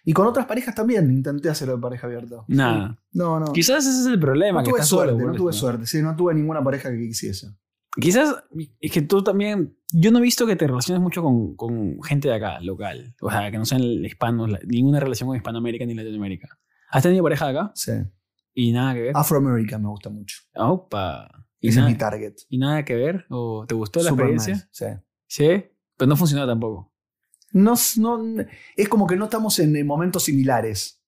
[SPEAKER 2] y con otras parejas también intenté hacerlo de pareja abierta.
[SPEAKER 1] Nada.
[SPEAKER 2] No, no.
[SPEAKER 1] Quizás ese es el problema.
[SPEAKER 2] no
[SPEAKER 1] que
[SPEAKER 2] tuve
[SPEAKER 1] estás
[SPEAKER 2] suerte,
[SPEAKER 1] solo,
[SPEAKER 2] no
[SPEAKER 1] boludo.
[SPEAKER 2] tuve suerte. Sí, no tuve ninguna pareja que quisiese.
[SPEAKER 1] Quizás es que tú también. Yo no he visto que te relaciones mucho con, con gente de acá, local. O sea, que no sean hispanos, la- ninguna relación con Hispanoamérica ni Latinoamérica. ¿Has tenido pareja de acá?
[SPEAKER 2] Sí.
[SPEAKER 1] Y nada que ver.
[SPEAKER 2] Afroamerican me gusta mucho.
[SPEAKER 1] Opa. Y
[SPEAKER 2] Ese Ah. es mi
[SPEAKER 1] nada,
[SPEAKER 2] target.
[SPEAKER 1] y nada que ver. ¿O te gustó la
[SPEAKER 2] Super
[SPEAKER 1] experiencia?
[SPEAKER 2] nice, Sí.
[SPEAKER 1] Sí. Pero no funcionó tampoco.
[SPEAKER 2] No, s- no- es como que no estamos en eh, momentos similares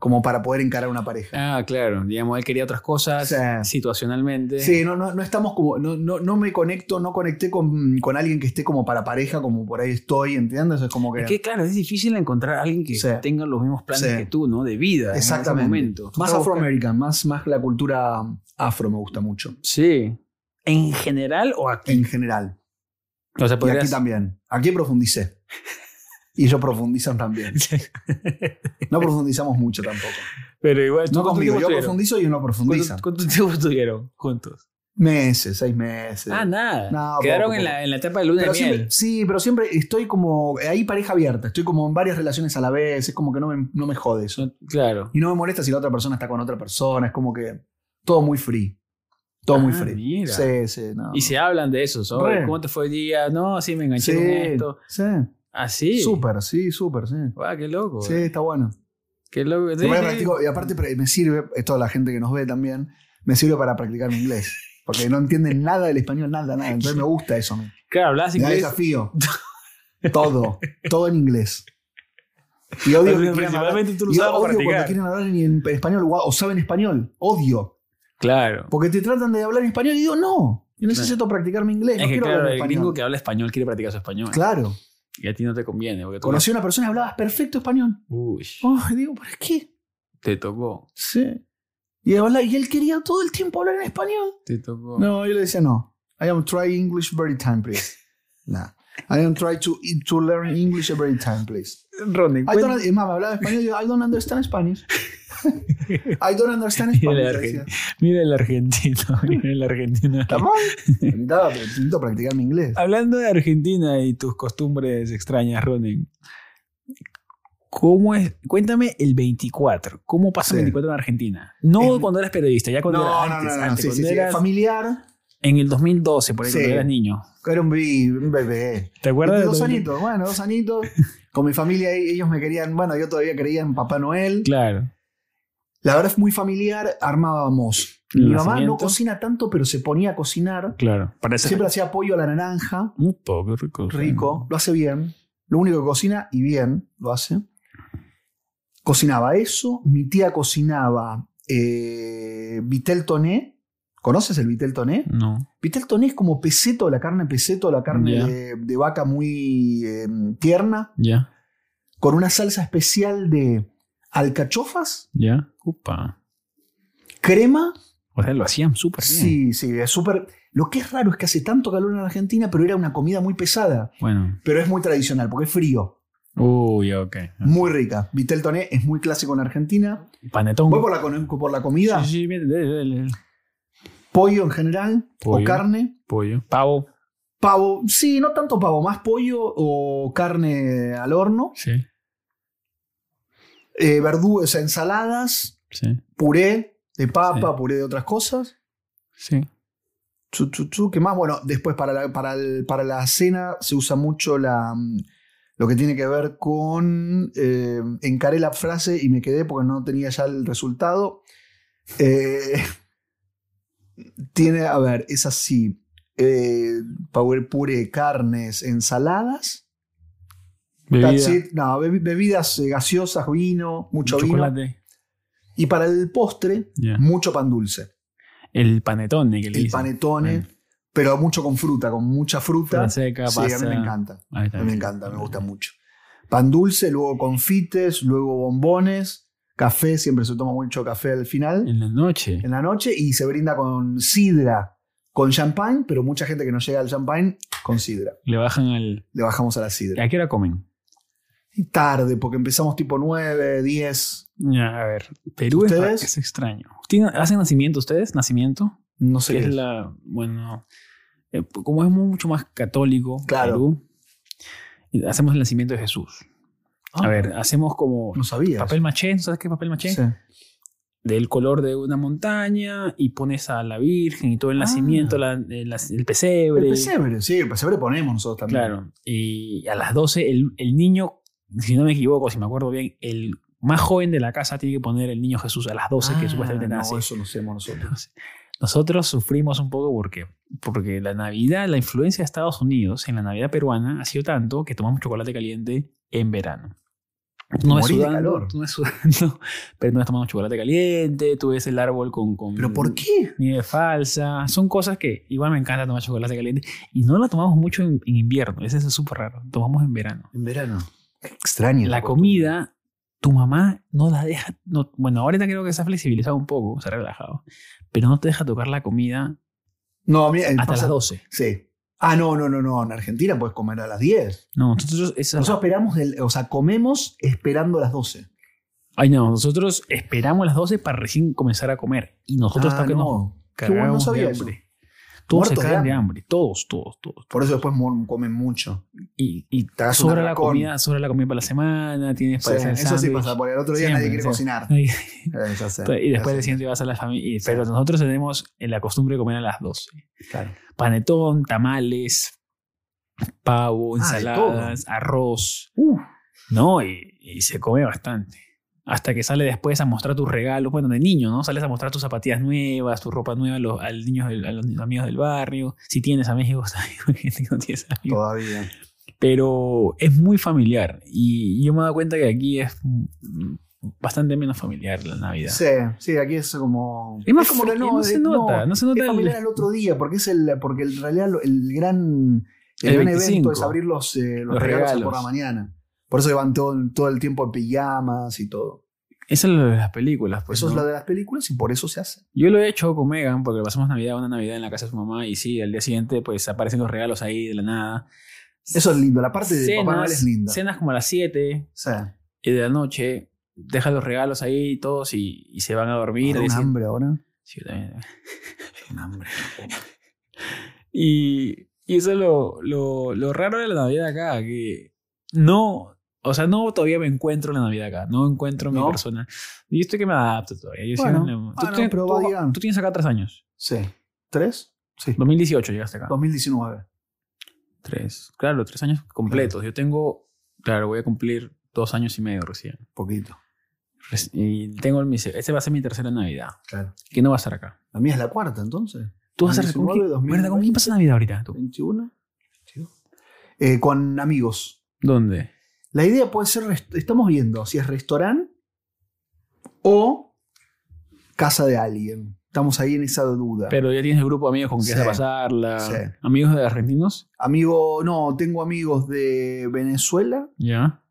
[SPEAKER 2] como para poder encarar una pareja.
[SPEAKER 1] Ah, claro. Digamos, él quería otras cosas
[SPEAKER 2] Sí.
[SPEAKER 1] situacionalmente.
[SPEAKER 2] Sí, no, no, no estamos como, no, no, no me conecto, no conecté con, con alguien que esté como para pareja, como por ahí estoy, ¿entiendes? Es como que...
[SPEAKER 1] Es que, claro, es difícil encontrar a alguien que
[SPEAKER 2] Sí.
[SPEAKER 1] tenga los mismos planes
[SPEAKER 2] Sí.
[SPEAKER 1] que tú, ¿no? De vida. en ese
[SPEAKER 2] Exactamente.
[SPEAKER 1] momento. Tú
[SPEAKER 2] Más
[SPEAKER 1] estás buscando-
[SPEAKER 2] afroamerican, más, más la cultura afro me gusta mucho,
[SPEAKER 1] Sí. ¿En general o aquí?
[SPEAKER 2] en general.
[SPEAKER 1] O sea,
[SPEAKER 2] Y aquí
[SPEAKER 1] podrías- (laughs)
[SPEAKER 2] también. Aquí profundicé. Y ellos profundizan también. No profundizamos mucho tampoco.
[SPEAKER 1] Pero igual, ¿tú
[SPEAKER 2] No
[SPEAKER 1] cuánto
[SPEAKER 2] conmigo,
[SPEAKER 1] tiempo
[SPEAKER 2] yo
[SPEAKER 1] estuvieron?
[SPEAKER 2] profundizo y ellos no profundizan.
[SPEAKER 1] ¿Cuánto, cuánto tiempo estuvieron juntos?
[SPEAKER 2] Meses, seis meses.
[SPEAKER 1] Ah, nada.
[SPEAKER 2] No,
[SPEAKER 1] Quedaron
[SPEAKER 2] poco,
[SPEAKER 1] en,
[SPEAKER 2] poco.
[SPEAKER 1] la, en la etapa de luna
[SPEAKER 2] Pero
[SPEAKER 1] de
[SPEAKER 2] siempre-
[SPEAKER 1] miel.
[SPEAKER 2] sí, pero siempre estoy como ahí pareja abierta, estoy como en varias relaciones a la vez, es como que no me, no me jode eso.
[SPEAKER 1] No, claro.
[SPEAKER 2] Y no me molesta si la otra persona está con otra persona, es como que todo muy free. Todo muy
[SPEAKER 1] Ah,
[SPEAKER 2] free.
[SPEAKER 1] mira.
[SPEAKER 2] Sí, sí, no.
[SPEAKER 1] Y se hablan de eso. ¿so?
[SPEAKER 2] Re.
[SPEAKER 1] ¿Cómo te fue el día? No, sí, me enganché
[SPEAKER 2] Sí,
[SPEAKER 1] con esto.
[SPEAKER 2] sí.
[SPEAKER 1] Así.
[SPEAKER 2] Súper, sí, súper, sí.
[SPEAKER 1] Guau, qué loco.
[SPEAKER 2] Sí, está bueno.
[SPEAKER 1] Qué loco. Sí,
[SPEAKER 2] Y aparte
[SPEAKER 1] sí.
[SPEAKER 2] practico- y aparte pre- me sirve, es toda la gente que nos ve también, me sirve para practicar mi inglés. Porque no entienden nada del español, nada, nada. Entonces me gusta eso. Me,
[SPEAKER 1] Claro, hablas
[SPEAKER 2] me da
[SPEAKER 1] inglés.
[SPEAKER 2] desafío.
[SPEAKER 1] (laughs)
[SPEAKER 2] todo, todo en inglés. Y odio, que quieran hablar-
[SPEAKER 1] Principalmente tú lo
[SPEAKER 2] y
[SPEAKER 1] usabas para
[SPEAKER 2] odio cuando
[SPEAKER 1] practicar.
[SPEAKER 2] quieren hablar en, en español o, o saben español. Odio.
[SPEAKER 1] Claro.
[SPEAKER 2] Porque te tratan de hablar en español y digo, no, yo necesito practicar mi inglés.
[SPEAKER 1] Es
[SPEAKER 2] no
[SPEAKER 1] que
[SPEAKER 2] quiero
[SPEAKER 1] claro,
[SPEAKER 2] hablar
[SPEAKER 1] el
[SPEAKER 2] en
[SPEAKER 1] gringo
[SPEAKER 2] español.
[SPEAKER 1] que habla español quiere practicar su español.
[SPEAKER 2] Claro.
[SPEAKER 1] Y a ti no te conviene. Porque tú
[SPEAKER 2] Conocí a una persona y hablabas perfecto español.
[SPEAKER 1] Uy,
[SPEAKER 2] Oh, y digo, ¿para qué?
[SPEAKER 1] te tocó.
[SPEAKER 2] Sí. Y, habla- y él quería todo el tiempo hablar en español.
[SPEAKER 1] Te tocó.
[SPEAKER 2] No, yo le decía, no. I am trying English very time,
[SPEAKER 1] (laughs)
[SPEAKER 2] please. Nah. I am trying to, to learn English every time, please.
[SPEAKER 1] Ronnie,
[SPEAKER 2] I don't, es más, me hablaba español y yo, I don't
[SPEAKER 1] (laughs)
[SPEAKER 2] understand Spanish. I don't understand
[SPEAKER 1] Mira el
[SPEAKER 2] Spanish. decía.
[SPEAKER 1] argentino, mira el argentino, (laughs) mira el argentino. (laughs)
[SPEAKER 2] ¿Está mal? Necesitaba- Necesito practicar mi inglés.
[SPEAKER 1] Hablando de Argentina y tus costumbres extrañas, Ronen. ¿Cómo es? Cuéntame el 24. ¿Cómo pasa el
[SPEAKER 2] Sí.
[SPEAKER 1] 24 en Argentina? No
[SPEAKER 2] Es-
[SPEAKER 1] cuando eras periodista, ya cuando
[SPEAKER 2] No,
[SPEAKER 1] eras
[SPEAKER 2] no,
[SPEAKER 1] antes,
[SPEAKER 2] no, no.
[SPEAKER 1] antes,
[SPEAKER 2] Sí, sí,
[SPEAKER 1] cuando
[SPEAKER 2] sí.
[SPEAKER 1] eras-
[SPEAKER 2] Familiar.
[SPEAKER 1] en el 2012, por ahí
[SPEAKER 2] Sí.
[SPEAKER 1] cuando eras niño.
[SPEAKER 2] Era un bi- un bebé.
[SPEAKER 1] ¿Te acuerdas? de
[SPEAKER 2] dos
[SPEAKER 1] todo-
[SPEAKER 2] añitos, bueno, dos añitos. Con mi familia ahí, ellos me querían, bueno, yo todavía creía en Papá Noel.
[SPEAKER 1] Claro.
[SPEAKER 2] La verdad es muy familiar, armábamos.
[SPEAKER 1] El
[SPEAKER 2] Mi mamá no
[SPEAKER 1] nacimiento.
[SPEAKER 2] cocina tanto, pero se ponía a cocinar.
[SPEAKER 1] Claro. Parece
[SPEAKER 2] Siempre hacía pollo a la naranja,
[SPEAKER 1] un poco rico.
[SPEAKER 2] rico, lo hace bien. Lo único que cocina y bien lo hace. Cocinaba eso, mi tía cocinaba eh, vitel toné. ¿Conoces el vitel toné?
[SPEAKER 1] No.
[SPEAKER 2] Vitel toné es como peseto, la carne peseto, la carne
[SPEAKER 1] Ya.
[SPEAKER 2] de, de vaca muy eh, tierna,
[SPEAKER 1] Ya.
[SPEAKER 2] con una salsa especial de alcachofas,
[SPEAKER 1] Ya. Upa.
[SPEAKER 2] crema
[SPEAKER 1] O sea, lo hacían súper Pues bien.
[SPEAKER 2] Sí, sí, es súper. Lo que es raro es que hace tanto calor en Argentina, pero era una comida muy pesada.
[SPEAKER 1] Bueno.
[SPEAKER 2] Pero es muy tradicional, porque es frío.
[SPEAKER 1] Uy, ok.
[SPEAKER 2] Muy rica. Vitel Toné es muy clásico en Argentina.
[SPEAKER 1] Panetón.
[SPEAKER 2] Voy por la, con- por la comida.
[SPEAKER 1] Mm. Sí, sí, mira, dale, dale, dale.
[SPEAKER 2] Pollo en general, o
[SPEAKER 1] Pollo.
[SPEAKER 2] carne.
[SPEAKER 1] Pollo. Pavo.
[SPEAKER 2] Pavo, sí, no tanto pavo, más pollo o carne al horno.
[SPEAKER 1] Sí.
[SPEAKER 2] Eh, verduras, o sea, ensaladas,
[SPEAKER 1] Sí.
[SPEAKER 2] puré de papa,
[SPEAKER 1] Sí.
[SPEAKER 2] puré de otras cosas.
[SPEAKER 1] Sí.
[SPEAKER 2] Chu, chu, chu, ¿Qué más? Bueno, después para la, para el- para la cena se usa mucho la, mm, lo que tiene que ver con. eh, encaré la frase y me quedé porque no tenía ya el resultado. Eh, (laughs) tiene, a ver, es así: eh, power puré, carnes, ensaladas. That's
[SPEAKER 1] Bebida.
[SPEAKER 2] it. No, bebi- bebidas eh, gaseosas, vino, mucho vino.
[SPEAKER 1] chocolate.
[SPEAKER 2] Y para el postre,
[SPEAKER 1] Ya.
[SPEAKER 2] mucho pan dulce.
[SPEAKER 1] El panetone que le
[SPEAKER 2] el
[SPEAKER 1] dicen.
[SPEAKER 2] panetone,
[SPEAKER 1] Bueno,
[SPEAKER 2] pero mucho con fruta, con mucha fruta.
[SPEAKER 1] fruta seca,
[SPEAKER 2] sí, a mí
[SPEAKER 1] pasa-
[SPEAKER 2] me encanta,
[SPEAKER 1] Ahí
[SPEAKER 2] a
[SPEAKER 1] está.
[SPEAKER 2] mí me encanta, me gusta mucho. Pan dulce, luego confites, luego bombones, café, siempre se toma mucho café al final,
[SPEAKER 1] En la noche.
[SPEAKER 2] en la noche, y se brinda con sidra, con champagne, pero mucha gente que no llega al champagne, con sidra.
[SPEAKER 1] Le bajan al.
[SPEAKER 2] Le bajamos a la sidra.
[SPEAKER 1] ¿A qué hora comen?
[SPEAKER 2] Y tarde, porque empezamos tipo 9, 10,
[SPEAKER 1] Ya, a ver. Perú es,
[SPEAKER 2] ¿Ustedes?
[SPEAKER 1] es extraño. ¿Tienen- ¿Hacen nacimiento ustedes? ¿Nacimiento?
[SPEAKER 2] no sé
[SPEAKER 1] que
[SPEAKER 2] qué.
[SPEAKER 1] es la. Bueno. eh, como es mucho más católico.
[SPEAKER 2] Claro.
[SPEAKER 1] Perú, hacemos el nacimiento de Jesús.
[SPEAKER 2] Ah,
[SPEAKER 1] A ver, hacemos como.
[SPEAKER 2] no sabía.
[SPEAKER 1] Papel maché, ¿no ¿sabes qué es papel maché?
[SPEAKER 2] Sí.
[SPEAKER 1] del color de una montaña y pones a la Virgen y todo el
[SPEAKER 2] Ah.
[SPEAKER 1] nacimiento, la- eh, las- el pesebre.
[SPEAKER 2] El pesebre, sí, el pesebre ponemos nosotros también.
[SPEAKER 1] Claro. Y a las 12 el, el niño, si no me equivoco, si me acuerdo bien, el más joven de la casa tiene que poner el niño Jesús a las 12 que
[SPEAKER 2] Ah,
[SPEAKER 1] supuestamente nace.
[SPEAKER 2] No, eso lo
[SPEAKER 1] (laughs)
[SPEAKER 2] hacemos nosotros.
[SPEAKER 1] Entonces, Nosotros sufrimos un poco porque, porque la Navidad, la influencia de Estados Unidos en la Navidad peruana ha sido tanto que tomamos chocolate caliente en verano. Tú no ves
[SPEAKER 2] Morís de
[SPEAKER 1] sudando,
[SPEAKER 2] calor.
[SPEAKER 1] tú no ves sudando, (laughs) pero no has tomado chocolate caliente, tú ves el árbol con, con
[SPEAKER 2] ¿Pero por qué?
[SPEAKER 1] nieve falsa. Son cosas que igual me encanta tomar chocolate caliente y no la tomamos mucho en, en invierno, ese es súper raro, tomamos en verano.
[SPEAKER 2] En verano. Extraño.
[SPEAKER 1] La comida, tu mamá no la deja. No, bueno, ahorita creo que se ha flexibilizado un poco, se ha relajado, pero no te deja tocar la comida
[SPEAKER 2] No, mira,
[SPEAKER 1] hasta
[SPEAKER 2] pasa-
[SPEAKER 1] las 12.
[SPEAKER 2] Sí. Ah, no, no, no, no. En Argentina puedes comer a las 10.
[SPEAKER 1] No, nosotros, eso-
[SPEAKER 2] Nosotros esperamos, del- o sea, comemos esperando a las 12.
[SPEAKER 1] ay, no, nosotros esperamos las 12 para recién comenzar a comer. Y nosotros
[SPEAKER 2] Ah,
[SPEAKER 1] hasta que nos
[SPEAKER 2] no. Qué bueno,
[SPEAKER 1] cagamos
[SPEAKER 2] no sabía
[SPEAKER 1] de
[SPEAKER 2] eso.
[SPEAKER 1] hambre. Todos se
[SPEAKER 2] Muertos de
[SPEAKER 1] cagan de
[SPEAKER 2] hambre.
[SPEAKER 1] hambre, todos, todos, todos.
[SPEAKER 2] Por eso después mon- comen mucho.
[SPEAKER 1] Y, y
[SPEAKER 2] Te hagas un
[SPEAKER 1] sobra la
[SPEAKER 2] atracón.
[SPEAKER 1] comida, sobra la comida para la semana, tienes
[SPEAKER 2] Sí,
[SPEAKER 1] para hacer el
[SPEAKER 2] Pues, eso sí
[SPEAKER 1] sándwich.
[SPEAKER 2] pasa, porque el otro día
[SPEAKER 1] Siempre,
[SPEAKER 2] nadie quiere
[SPEAKER 1] sí.
[SPEAKER 2] cocinar.
[SPEAKER 1] (laughs) Ay,
[SPEAKER 2] (laughs) Eh, ya sé,
[SPEAKER 1] Y
[SPEAKER 2] ya
[SPEAKER 1] después
[SPEAKER 2] sé.
[SPEAKER 1] de siempre vas a la familia.
[SPEAKER 2] Sí.
[SPEAKER 1] Pero nosotros tenemos eh, la costumbre de comer a las 12.
[SPEAKER 2] Claro.
[SPEAKER 1] panetón, tamales, pavo,
[SPEAKER 2] Ah, de
[SPEAKER 1] ensaladas, arroz, ¿no? Y, y se come bastante. Hasta que sale después a mostrar tus regalos, bueno, de niño, ¿no? Sales a mostrar tus zapatillas nuevas, tu ropa nueva a los, al niños del- a los amigos del barrio, si tienes amigos, (laughs) hay gente que no tienes amigos.
[SPEAKER 2] Todavía.
[SPEAKER 1] Pero es muy familiar y yo me he dado cuenta que aquí es mm, bastante menos familiar la Navidad.
[SPEAKER 2] Sí, sí, aquí es como.
[SPEAKER 1] Es más
[SPEAKER 2] como
[SPEAKER 1] frío, no se
[SPEAKER 2] eh,
[SPEAKER 1] nota, no se nota
[SPEAKER 2] Es
[SPEAKER 1] el-
[SPEAKER 2] familiar el otro día, porque es el. Porque en realidad lo- el gran, el
[SPEAKER 1] El
[SPEAKER 2] gran
[SPEAKER 1] 25.
[SPEAKER 2] evento es abrir los, eh, los
[SPEAKER 1] Los
[SPEAKER 2] regalos,
[SPEAKER 1] regalos.
[SPEAKER 2] por la mañana. Por eso que van todo, todo el tiempo en pijamas y todo.
[SPEAKER 1] Eso es lo de las películas, pues.
[SPEAKER 2] eso es
[SPEAKER 1] ¿no?
[SPEAKER 2] lo de las películas y por eso se hace.
[SPEAKER 1] Yo lo he hecho con Megan porque pasamos Navidad, una Navidad en la casa de su mamá y sí, al día siguiente pues aparecen los regalos ahí de la nada.
[SPEAKER 2] Eso es lindo. La parte de Papá Noel es linda.
[SPEAKER 1] Cenas como a las 7
[SPEAKER 2] O sea,
[SPEAKER 1] de la noche, dejan los regalos ahí todos y, y se van a dormir. al
[SPEAKER 2] ahora un
[SPEAKER 1] día siguiente-
[SPEAKER 2] hambre ahora.
[SPEAKER 1] Sí, yo también.
[SPEAKER 2] (laughs) Un hambre.
[SPEAKER 1] Y, y eso es lo, lo, lo raro de la Navidad acá, que no, o sea, no todavía me encuentro en la Navidad acá, no encuentro mi
[SPEAKER 2] ¿No?
[SPEAKER 1] persona. Yo estoy que me adapto todavía. Yo
[SPEAKER 2] Bueno,
[SPEAKER 1] sigo en la- tú,
[SPEAKER 2] bueno,
[SPEAKER 1] tienes-
[SPEAKER 2] pero
[SPEAKER 1] tú-
[SPEAKER 2] va bien.
[SPEAKER 1] tú tienes acá tres años.
[SPEAKER 2] Sí. ¿Tres? Sí.
[SPEAKER 1] 2018 llegaste acá.
[SPEAKER 2] 2019.
[SPEAKER 1] Tres. Claro, tres años completos. Yo tengo, claro, voy a cumplir dos años y medio recién.
[SPEAKER 2] Poquito.
[SPEAKER 1] Reci- Y tengo mi, ese va a ser mi tercera Navidad,
[SPEAKER 2] Claro.
[SPEAKER 1] que no va a estar acá.
[SPEAKER 2] La mía es la cuarta, entonces.
[SPEAKER 1] Tú vas a estar con
[SPEAKER 2] 2019,
[SPEAKER 1] quién, ¿verdad? ¿Con quién pasa Navidad ahorita? tú?
[SPEAKER 2] 21. 22. Eh, con amigos.
[SPEAKER 1] ¿Dónde?
[SPEAKER 2] La idea puede ser, rest- estamos viendo si es restaurante o casa de alguien. Estamos ahí en esa duda.
[SPEAKER 1] Pero ya tienes el grupo de amigos con que
[SPEAKER 2] Sí.
[SPEAKER 1] vas a pasarla.
[SPEAKER 2] Sí.
[SPEAKER 1] Amigos de argentinos.
[SPEAKER 2] Amigo, no, tengo amigos de Venezuela,
[SPEAKER 1] Ya,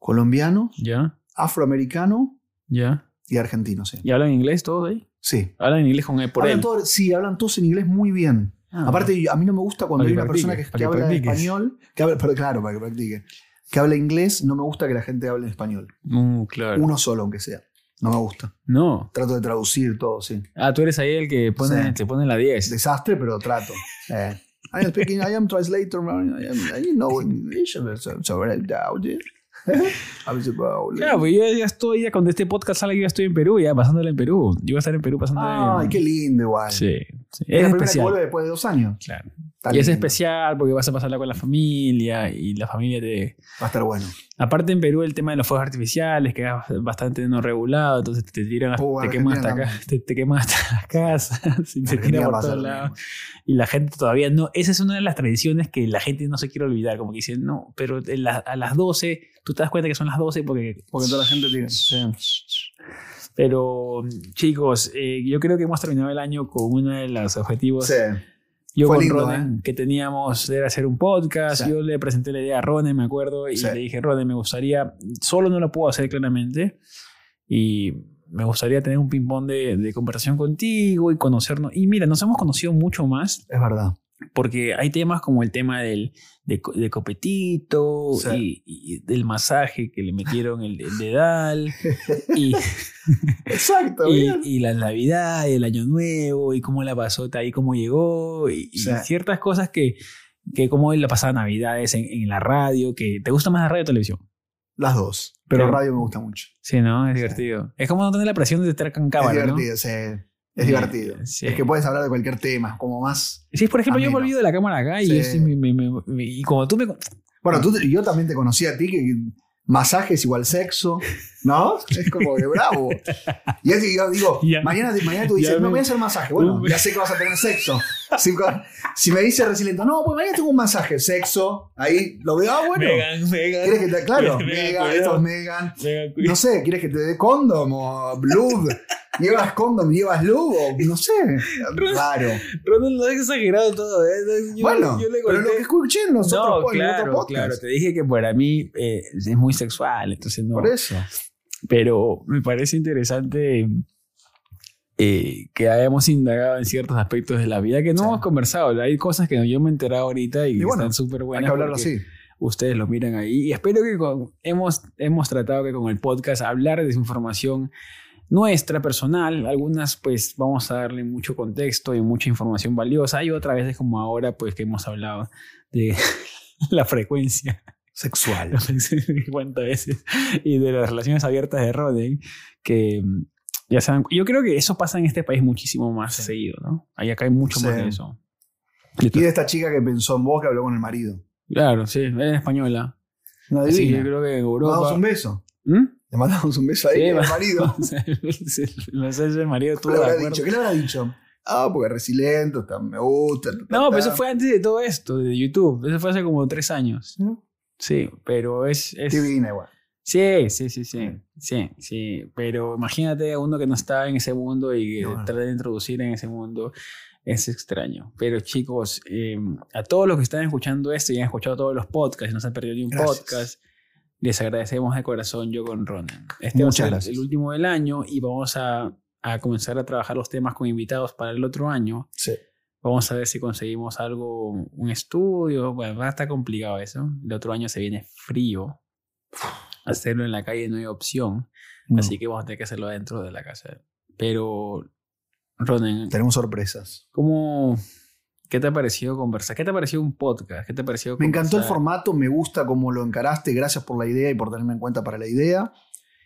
[SPEAKER 2] colombianos,
[SPEAKER 1] ya,
[SPEAKER 2] afroamericanos
[SPEAKER 1] ya.
[SPEAKER 2] y argentinos, sí.
[SPEAKER 1] ¿Y hablan inglés todos ahí?
[SPEAKER 2] Sí.
[SPEAKER 1] Hablan inglés con él por
[SPEAKER 2] Hablan
[SPEAKER 1] él.
[SPEAKER 2] todo- sí, hablan todos en inglés muy bien.
[SPEAKER 1] Ah,
[SPEAKER 2] Aparte, a mí no me gusta cuando
[SPEAKER 1] Para
[SPEAKER 2] hay
[SPEAKER 1] que
[SPEAKER 2] una persona que,
[SPEAKER 1] practiques, para
[SPEAKER 2] que
[SPEAKER 1] que
[SPEAKER 2] habla
[SPEAKER 1] practiques.
[SPEAKER 2] español, que habla, pero claro, para que practique, que habla inglés, no me gusta que la gente hable en español.
[SPEAKER 1] no, Mm, claro.
[SPEAKER 2] Uno solo, aunque sea. No me gusta.
[SPEAKER 1] No.
[SPEAKER 2] Trato de traducir todo, sí.
[SPEAKER 1] Ah, tú eres ahí el que pone,
[SPEAKER 2] Sí.
[SPEAKER 1] te pone la 10.
[SPEAKER 2] desastre, pero trato. Eh, I am speaking, I am translator, man. I am, I know English, so, so I doubt (laughs) it. I was about-
[SPEAKER 1] Claro, pues yo ya estoy, ya cuando este podcast sale, yo ya estoy en Perú, ya pasándola en Perú. Yo voy a estar en Perú pasándola
[SPEAKER 2] Ay,
[SPEAKER 1] en
[SPEAKER 2] qué lindo igual.
[SPEAKER 1] Sí, sí.
[SPEAKER 2] Es
[SPEAKER 1] Es
[SPEAKER 2] la primera que vuelve
[SPEAKER 1] especial.
[SPEAKER 2] después de dos años.
[SPEAKER 1] Claro.
[SPEAKER 2] Está
[SPEAKER 1] Y es
[SPEAKER 2] lindo.
[SPEAKER 1] especial porque vas a pasarla con la familia y la familia te...
[SPEAKER 2] Va a estar bueno.
[SPEAKER 1] Aparte en Perú el tema de los fuegos artificiales que es bastante no regulado, entonces te tiran, hasta-
[SPEAKER 2] Oh,
[SPEAKER 1] te queman hasta
[SPEAKER 2] Argentina
[SPEAKER 1] acá, te, te queman hasta las casas, (laughs) y te
[SPEAKER 2] Argentina
[SPEAKER 1] tiran
[SPEAKER 2] va
[SPEAKER 1] por
[SPEAKER 2] a ser
[SPEAKER 1] todos
[SPEAKER 2] lo
[SPEAKER 1] lados.
[SPEAKER 2] mismo.
[SPEAKER 1] Y la gente todavía no... Esa es una de las tradiciones que la gente no se quiere olvidar, como que dicen, no, pero en la- a las 12, tú te das cuenta que son las 12 porque...
[SPEAKER 2] Porque toda la gente tiene.
[SPEAKER 1] Pero chicos, eh, yo creo que hemos terminado el año con uno de los objetivos
[SPEAKER 2] Sí.
[SPEAKER 1] Yo
[SPEAKER 2] Fue
[SPEAKER 1] con
[SPEAKER 2] lindo, ¿eh?
[SPEAKER 1] Ronen, que teníamos, era hacer un podcast,
[SPEAKER 2] Sí.
[SPEAKER 1] yo le presenté la idea a Ronen, me acuerdo, y
[SPEAKER 2] Sí.
[SPEAKER 1] le dije, Ronen, me gustaría, solo no lo puedo hacer claramente, y me gustaría tener un ping-pong de, de conversación contigo y conocernos. Y mira, nos hemos conocido mucho más,
[SPEAKER 2] Es verdad.
[SPEAKER 1] porque hay temas como el tema del de, co- de copetito
[SPEAKER 2] Sí.
[SPEAKER 1] y, y del masaje que le metieron el, el dedal,
[SPEAKER 2] (laughs)
[SPEAKER 1] y,
[SPEAKER 2] Exacto,
[SPEAKER 1] y,
[SPEAKER 2] bien.
[SPEAKER 1] y la Navidad, y el Año Nuevo, y cómo la pasó ahí, cómo llegó, y, y
[SPEAKER 2] Sí.
[SPEAKER 1] ciertas cosas que, que cómo él la pasaba Navidades en, en la radio, que te gusta más la radio o televisión.
[SPEAKER 2] Las dos. Pero
[SPEAKER 1] Claro.
[SPEAKER 2] radio me gusta mucho.
[SPEAKER 1] Sí, ¿no? Es
[SPEAKER 2] Sí.
[SPEAKER 1] divertido. Es como no tener la presión de estar con
[SPEAKER 2] Es
[SPEAKER 1] cámara, ¿no?
[SPEAKER 2] divertido, sí.
[SPEAKER 1] Sí,
[SPEAKER 2] Es divertido.
[SPEAKER 1] sí.
[SPEAKER 2] Es que puedes hablar de cualquier tema, como más.
[SPEAKER 1] Sí, por ejemplo, yo me
[SPEAKER 2] Ameno.
[SPEAKER 1] olvido de la cámara acá y,
[SPEAKER 2] Sí.
[SPEAKER 1] es- me- me- me- me- y como tú me... con-
[SPEAKER 2] Bueno, tú, te- yo también te conocí a ti, que masajes igual sexo, ¿no? Es como que bravo. Y es que yo digo,
[SPEAKER 1] Ya.
[SPEAKER 2] mañana, te- mañana tú dices,
[SPEAKER 1] Ya
[SPEAKER 2] no
[SPEAKER 1] me-
[SPEAKER 2] voy a hacer masaje. Bueno,
[SPEAKER 1] Uh,
[SPEAKER 2] ya sé que vas a tener sexo. Si, si me dice resiliente, no, pues mañana tengo un masaje, sexo, ahí lo veo, ah, bueno.
[SPEAKER 1] Megan,
[SPEAKER 2] ¿Quieres
[SPEAKER 1] Megan,
[SPEAKER 2] que te, claro,
[SPEAKER 1] Megan,
[SPEAKER 2] Megan,
[SPEAKER 1] cuidado.
[SPEAKER 2] esto es Megan.
[SPEAKER 1] Megan, cuidado.
[SPEAKER 2] No sé, ¿quieres que te dé condom
[SPEAKER 1] (laughs)
[SPEAKER 2] o blue? ¿Llevas condom, llevas lube? O No sé, raro.
[SPEAKER 1] Ronald no ha exagerado todo. ¿eh? No, Yo,
[SPEAKER 2] bueno,
[SPEAKER 1] yo le
[SPEAKER 2] pero lo
[SPEAKER 1] golpeé.
[SPEAKER 2] que escuché en los
[SPEAKER 1] No,
[SPEAKER 2] otros pod- pues, en otro
[SPEAKER 1] claro,
[SPEAKER 2] podcast.
[SPEAKER 1] claro. Te dije que para mí eh, es muy sexual, entonces no.
[SPEAKER 2] Por eso.
[SPEAKER 1] Pero me parece interesante eh, que hayamos indagado en ciertos aspectos de la vida que no
[SPEAKER 2] Sí.
[SPEAKER 1] hemos conversado. Hay cosas que yo me he enterado ahorita y,
[SPEAKER 2] Y bueno,
[SPEAKER 1] están súper buenas.
[SPEAKER 2] Hay que hablarlo
[SPEAKER 1] porque
[SPEAKER 2] así.
[SPEAKER 1] Ustedes lo miran ahí. Y espero que con- hemos, hemos tratado que con el podcast hablar de información nuestra personal, algunas pues vamos a darle mucho contexto y mucha información valiosa y otras veces como ahora pues que hemos hablado de (laughs) la frecuencia
[SPEAKER 2] Sexual.
[SPEAKER 1] (laughs) lo pensé 50 veces, y de las relaciones abiertas de Roden, que mm, ya saben, yo creo que eso pasa en este país muchísimo más
[SPEAKER 2] Sí.
[SPEAKER 1] seguido, ¿no? Ahí acá hay mucho
[SPEAKER 2] Sí.
[SPEAKER 1] más de eso.
[SPEAKER 2] Y de esta chica que pensó en vos que habló con el marido.
[SPEAKER 1] Claro, sí, era española.
[SPEAKER 2] No
[SPEAKER 1] Así que yo
[SPEAKER 2] divina.
[SPEAKER 1] creo que en
[SPEAKER 2] Le mandamos
[SPEAKER 1] Europa...
[SPEAKER 2] un beso. (laughs)
[SPEAKER 1] ¿Mm? (laughs)
[SPEAKER 2] Le mandamos un beso ahí
[SPEAKER 1] Sí,
[SPEAKER 2] al
[SPEAKER 1] va- (laughs)
[SPEAKER 2] marido.
[SPEAKER 1] O sea, no sé si el marido
[SPEAKER 2] ¿Qué
[SPEAKER 1] estuvo
[SPEAKER 2] le
[SPEAKER 1] de
[SPEAKER 2] habrá
[SPEAKER 1] acuerdo.
[SPEAKER 2] dicho? ¿Qué le habrá dicho? Ah, porque es resiliente, está- me gusta. ta, ta,
[SPEAKER 1] No, pero
[SPEAKER 2] ta.
[SPEAKER 1] eso fue antes de todo esto, de YouTube. Eso fue hace como tres años.
[SPEAKER 2] ¿No?
[SPEAKER 1] Sí, pero es... es-
[SPEAKER 2] Divina igual.
[SPEAKER 1] Sí, sí, sí, sí, sí, sí, pero imagínate a uno que no está en ese mundo y que
[SPEAKER 2] No.
[SPEAKER 1] trata de introducir en ese mundo, es extraño. Pero chicos, eh, a todos los que están escuchando esto y han escuchado todos los podcasts, no se han perdido ni un
[SPEAKER 2] Gracias.
[SPEAKER 1] podcast, les agradecemos de corazón yo con Ronan. Este
[SPEAKER 2] Muchas
[SPEAKER 1] va a ser
[SPEAKER 2] gracias.
[SPEAKER 1] el último del año y vamos a, a comenzar a trabajar los temas con invitados para el otro año.
[SPEAKER 2] Sí.
[SPEAKER 1] Vamos a ver si conseguimos algo, un estudio. Bueno, va a estar complicado eso. El otro año se viene frío. Hacerlo en la calle no hay opción.
[SPEAKER 2] No.
[SPEAKER 1] Así que vamos a tener que hacerlo dentro de la casa. Pero, Ronen,
[SPEAKER 2] Tenemos sorpresas.
[SPEAKER 1] ¿cómo, ¿qué te ha parecido conversar? ¿Qué te ha parecido un podcast? ¿Qué te ha parecido
[SPEAKER 2] Me encantó el
[SPEAKER 1] conversar?
[SPEAKER 2] formato, me gusta cómo lo encaraste, gracias por la idea y por tenerme en cuenta para la idea.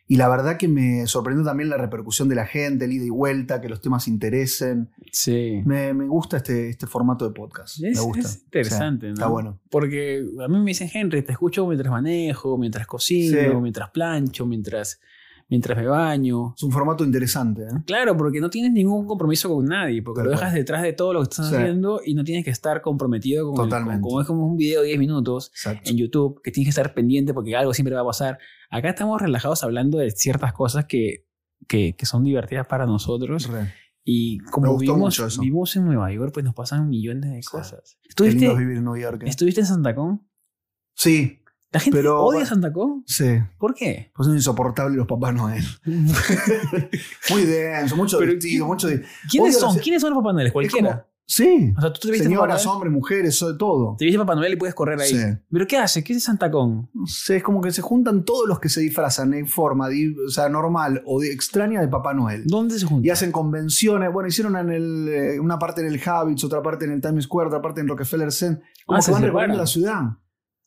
[SPEAKER 2] Y la verdad que me sorprendió también la repercusión de la gente, el ida y vuelta, que los temas interesen.
[SPEAKER 1] Sí.
[SPEAKER 2] Me, me gusta este, este formato de podcast.
[SPEAKER 1] Es,
[SPEAKER 2] me gusta.
[SPEAKER 1] es interesante,
[SPEAKER 2] Sí,
[SPEAKER 1] ¿no?
[SPEAKER 2] Está bueno.
[SPEAKER 1] Porque a mí me dicen, Henry, te escucho mientras manejo, mientras cocino,
[SPEAKER 2] Sí.
[SPEAKER 1] mientras plancho, mientras, mientras me baño.
[SPEAKER 2] Es un formato interesante. ¿eh?
[SPEAKER 1] Claro, porque no tienes ningún compromiso con nadie, porque
[SPEAKER 2] Tal
[SPEAKER 1] lo
[SPEAKER 2] cual.
[SPEAKER 1] dejas detrás de todo lo que estás
[SPEAKER 2] Sí.
[SPEAKER 1] haciendo y no tienes que estar comprometido con el-
[SPEAKER 2] Totalmente.
[SPEAKER 1] con- como es como un video de 10 minutos
[SPEAKER 2] Exacto.
[SPEAKER 1] en YouTube, que tienes que estar pendiente porque algo siempre va a pasar. Acá estamos relajados hablando de ciertas cosas que, que, que son divertidas para nosotros
[SPEAKER 2] Re.
[SPEAKER 1] y como
[SPEAKER 2] gustó
[SPEAKER 1] vivimos,
[SPEAKER 2] mucho eso.
[SPEAKER 1] vivimos en Nueva York, pues nos pasan millones de
[SPEAKER 2] Sí.
[SPEAKER 1] cosas.
[SPEAKER 2] Qué lindo es
[SPEAKER 1] ¿Estuviste,
[SPEAKER 2] vivir en Nueva York. ¿eh?
[SPEAKER 1] ¿Estuviste en Santacón?
[SPEAKER 2] Sí,
[SPEAKER 1] ¿La gente
[SPEAKER 2] Pero-
[SPEAKER 1] odia Santacón?
[SPEAKER 2] sí.
[SPEAKER 1] ¿Por
[SPEAKER 2] (laughs)
[SPEAKER 1] qué?
[SPEAKER 2] Pues son insoportables los papás Noel.
[SPEAKER 1] (laughs)
[SPEAKER 2] Muy denso, mucho
[SPEAKER 1] Pero
[SPEAKER 2] vestido,
[SPEAKER 1] ¿quién-
[SPEAKER 2] mucho. de-
[SPEAKER 1] ¿Quiénes
[SPEAKER 2] Odio a
[SPEAKER 1] son?
[SPEAKER 2] los-
[SPEAKER 1] ¿Quiénes son los Papá Noel?
[SPEAKER 2] Es
[SPEAKER 1] Cualquiera.
[SPEAKER 2] como- sí.
[SPEAKER 1] O sea, tú te viste Papá
[SPEAKER 2] Señoras,
[SPEAKER 1] Noel,
[SPEAKER 2] hombres, mujeres, sobre todo.
[SPEAKER 1] te viste Papá Noel y puedes correr ahí.
[SPEAKER 2] Sí.
[SPEAKER 1] ¿Pero qué hace? ¿Qué es Santacón?
[SPEAKER 2] No sé, es como que se juntan todos los que se disfrazan en forma di- o sea, normal o de, extraña de Papá Noel.
[SPEAKER 1] ¿Dónde se
[SPEAKER 2] Y
[SPEAKER 1] juntan?
[SPEAKER 2] hacen convenciones. Bueno, hicieron en el, eh, una parte en el Habits, otra parte en el Times Square, otra parte en Rockefeller Center. Como
[SPEAKER 1] Ah,
[SPEAKER 2] que
[SPEAKER 1] se
[SPEAKER 2] van
[SPEAKER 1] separan.
[SPEAKER 2] recorriendo la ciudad.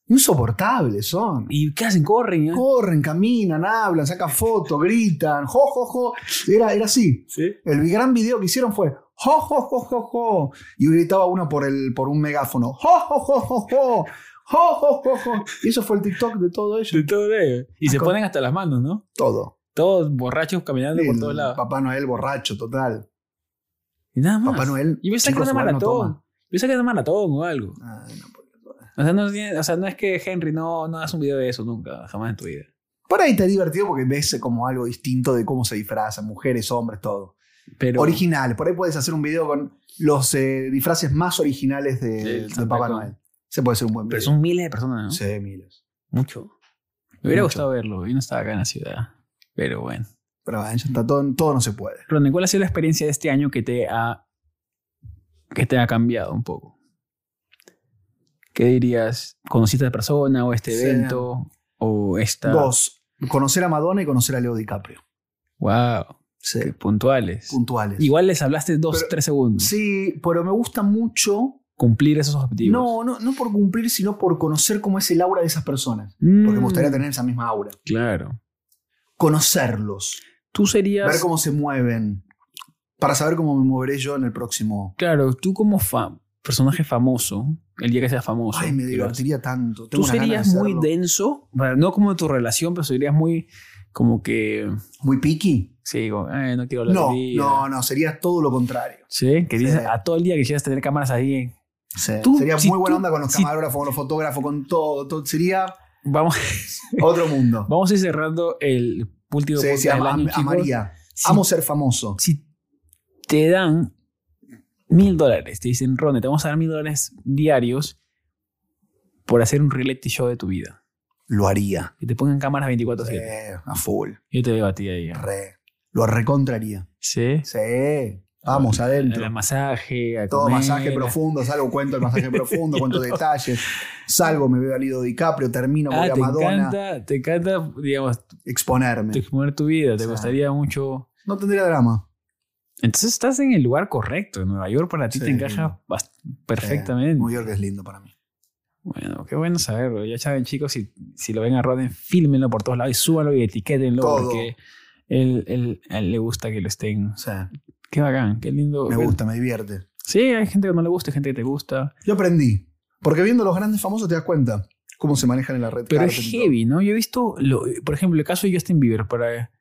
[SPEAKER 2] Insoportables son.
[SPEAKER 1] ¿Y qué hacen? ¿Corren? eh?
[SPEAKER 2] Corren, caminan, hablan, sacan fotos, gritan, jo, jo, jo. Era, era así.
[SPEAKER 1] Sí.
[SPEAKER 2] El gran video que hicieron fue jo, jo, jo, jo, jo. Y gritaba uno por, el, por un megáfono. Jo, jo, jo, jo, jo. Jo, jo, jo, jo. Y eso fue el TikTok de todo ello.
[SPEAKER 1] De todo ello. Y se
[SPEAKER 2] Ah,
[SPEAKER 1] ponen hasta las manos, ¿no?
[SPEAKER 2] Todo.
[SPEAKER 1] Todos borrachos caminando por
[SPEAKER 2] El
[SPEAKER 1] todos lados. Ah,
[SPEAKER 2] Papá Noel borracho, total.
[SPEAKER 1] Y nada más.
[SPEAKER 2] Papá Noel.
[SPEAKER 1] Yo pensaba que
[SPEAKER 2] chico,
[SPEAKER 1] era una
[SPEAKER 2] igual no
[SPEAKER 1] maratón.
[SPEAKER 2] toma.
[SPEAKER 1] Yo pensaba que era una maratón o algo.
[SPEAKER 2] Ah, no, por-
[SPEAKER 1] O sea, no, tiene- o sea, no es que Henry no, no hagas un video de eso nunca, jamás en tu vida.
[SPEAKER 2] Por ahí está divertido porque ves como algo distinto de cómo se disfrazan, mujeres, hombres, todo.
[SPEAKER 1] Pero,
[SPEAKER 2] Original. Por ahí puedes hacer un video con los eh, disfraces más originales de,
[SPEAKER 1] Del
[SPEAKER 2] de
[SPEAKER 1] Santa
[SPEAKER 2] Papá
[SPEAKER 1] Claus.
[SPEAKER 2] Noel. Se puede hacer un buen video.
[SPEAKER 1] pero son miles de personas, ¿no?
[SPEAKER 2] Sí, miles.
[SPEAKER 1] Mucho. Me hubiera
[SPEAKER 2] Mucho.
[SPEAKER 1] gustado verlo. Yo no estaba acá en la ciudad. Pero bueno.
[SPEAKER 2] Pero bueno, ya está, todo, todo no se puede.
[SPEAKER 1] Ronen, ¿cuál ha sido la experiencia de este año que te ha, que te ha cambiado un poco? ¿Qué dirías? ¿Conociste a esta persona o este
[SPEAKER 2] Sí.
[SPEAKER 1] evento? ¿O esta?
[SPEAKER 2] Dos, conocer a Madonna y conocer a Leo DiCaprio.
[SPEAKER 1] ¡Wow!
[SPEAKER 2] Sí.
[SPEAKER 1] Qué puntuales.
[SPEAKER 2] Puntuales.
[SPEAKER 1] Igual les hablaste dos,
[SPEAKER 2] Pero-
[SPEAKER 1] tres segundos.
[SPEAKER 2] Sí, pero me gusta mucho
[SPEAKER 1] cumplir esos objetivos.
[SPEAKER 2] No, no, no por cumplir, sino por conocer cómo es el aura de esas personas.
[SPEAKER 1] Mm,
[SPEAKER 2] Porque me gustaría tener esa misma aura.
[SPEAKER 1] Claro.
[SPEAKER 2] Conocerlos,
[SPEAKER 1] Tú
[SPEAKER 2] ver
[SPEAKER 1] serías.
[SPEAKER 2] cómo se mueven, para saber cómo me moveré yo en el próximo.
[SPEAKER 1] Claro, tú como fa- personaje famoso, el día que seas famoso.
[SPEAKER 2] Ay, me
[SPEAKER 1] que vas-
[SPEAKER 2] divertiría tanto.
[SPEAKER 1] Tú
[SPEAKER 2] Tengo una
[SPEAKER 1] serías muy
[SPEAKER 2] muy,
[SPEAKER 1] denso, o sea, no como tu relación, pero serías muy como que.
[SPEAKER 2] muy picky.
[SPEAKER 1] Sí, como, "Eh, no quiero hablar
[SPEAKER 2] No,
[SPEAKER 1] de ti.
[SPEAKER 2] no, no, sería todo lo contrario.
[SPEAKER 1] Sí, que dices
[SPEAKER 2] Sí.
[SPEAKER 1] a todo el día que quisieras tener cámaras ahí.
[SPEAKER 2] Sí,
[SPEAKER 1] Tú,
[SPEAKER 2] sería
[SPEAKER 1] si
[SPEAKER 2] muy buena
[SPEAKER 1] tú-
[SPEAKER 2] onda con los
[SPEAKER 1] si-
[SPEAKER 2] camarógrafos, con los fotógrafos, con todo, todo. Sería
[SPEAKER 1] Vamos, (laughs)
[SPEAKER 2] otro mundo.
[SPEAKER 1] vamos a ir cerrando el último
[SPEAKER 2] Sí,
[SPEAKER 1] podcast
[SPEAKER 2] sí,
[SPEAKER 1] del
[SPEAKER 2] ama-
[SPEAKER 1] año,
[SPEAKER 2] am-
[SPEAKER 1] chicos.
[SPEAKER 2] amaría.
[SPEAKER 1] Si-
[SPEAKER 2] Amo ser famoso.
[SPEAKER 1] si te dan mil dólares, te dicen, Ronnie, te vamos a dar mil dólares diarios por hacer un reality show de tu vida.
[SPEAKER 2] Lo haría.
[SPEAKER 1] Que te pongan cámaras 24-7.
[SPEAKER 2] Eh, a full.
[SPEAKER 1] Yo te veo a ti ahí.
[SPEAKER 2] Re. Lo recontraría.
[SPEAKER 1] Sí.
[SPEAKER 2] Sí. Vamos, adentro.
[SPEAKER 1] Al masaje, a
[SPEAKER 2] Todo
[SPEAKER 1] comer, (laughs)
[SPEAKER 2] masaje profundo, salgo, cuento el masaje profundo, cuento detalles. Salgo, me veo a Lido DiCaprio, termino, voy
[SPEAKER 1] Ah,
[SPEAKER 2] a
[SPEAKER 1] te
[SPEAKER 2] Madonna.
[SPEAKER 1] encanta, te encanta, digamos,
[SPEAKER 2] Exponerme.
[SPEAKER 1] exponer tu vida, te
[SPEAKER 2] Sí.
[SPEAKER 1] gustaría mucho.
[SPEAKER 2] No tendría drama.
[SPEAKER 1] Entonces estás en el lugar correcto. Nueva York para ti
[SPEAKER 2] Sí.
[SPEAKER 1] te encaja bast- perfectamente.
[SPEAKER 2] New York es lindo para mí.
[SPEAKER 1] Bueno, qué bueno saberlo. Ya saben, chicos, si, si lo ven a Roden, fílmenlo por todos lados y súbanlo y etiquétenlo
[SPEAKER 2] Todo.
[SPEAKER 1] porque él, él- a él le gusta que lo estén.
[SPEAKER 2] O sea,
[SPEAKER 1] Qué bacán, qué lindo.
[SPEAKER 2] me
[SPEAKER 1] Bueno,
[SPEAKER 2] gusta, me divierte.
[SPEAKER 1] Sí, hay gente que no le gusta, hay gente que te gusta.
[SPEAKER 2] Yo aprendí. Porque viendo los grandes famosos te das cuenta cómo se manejan en la red.
[SPEAKER 1] Pero
[SPEAKER 2] carpet
[SPEAKER 1] es
[SPEAKER 2] y todo.
[SPEAKER 1] heavy, ¿no? Yo he visto, lo- por ejemplo, el caso de Justin Bieber, para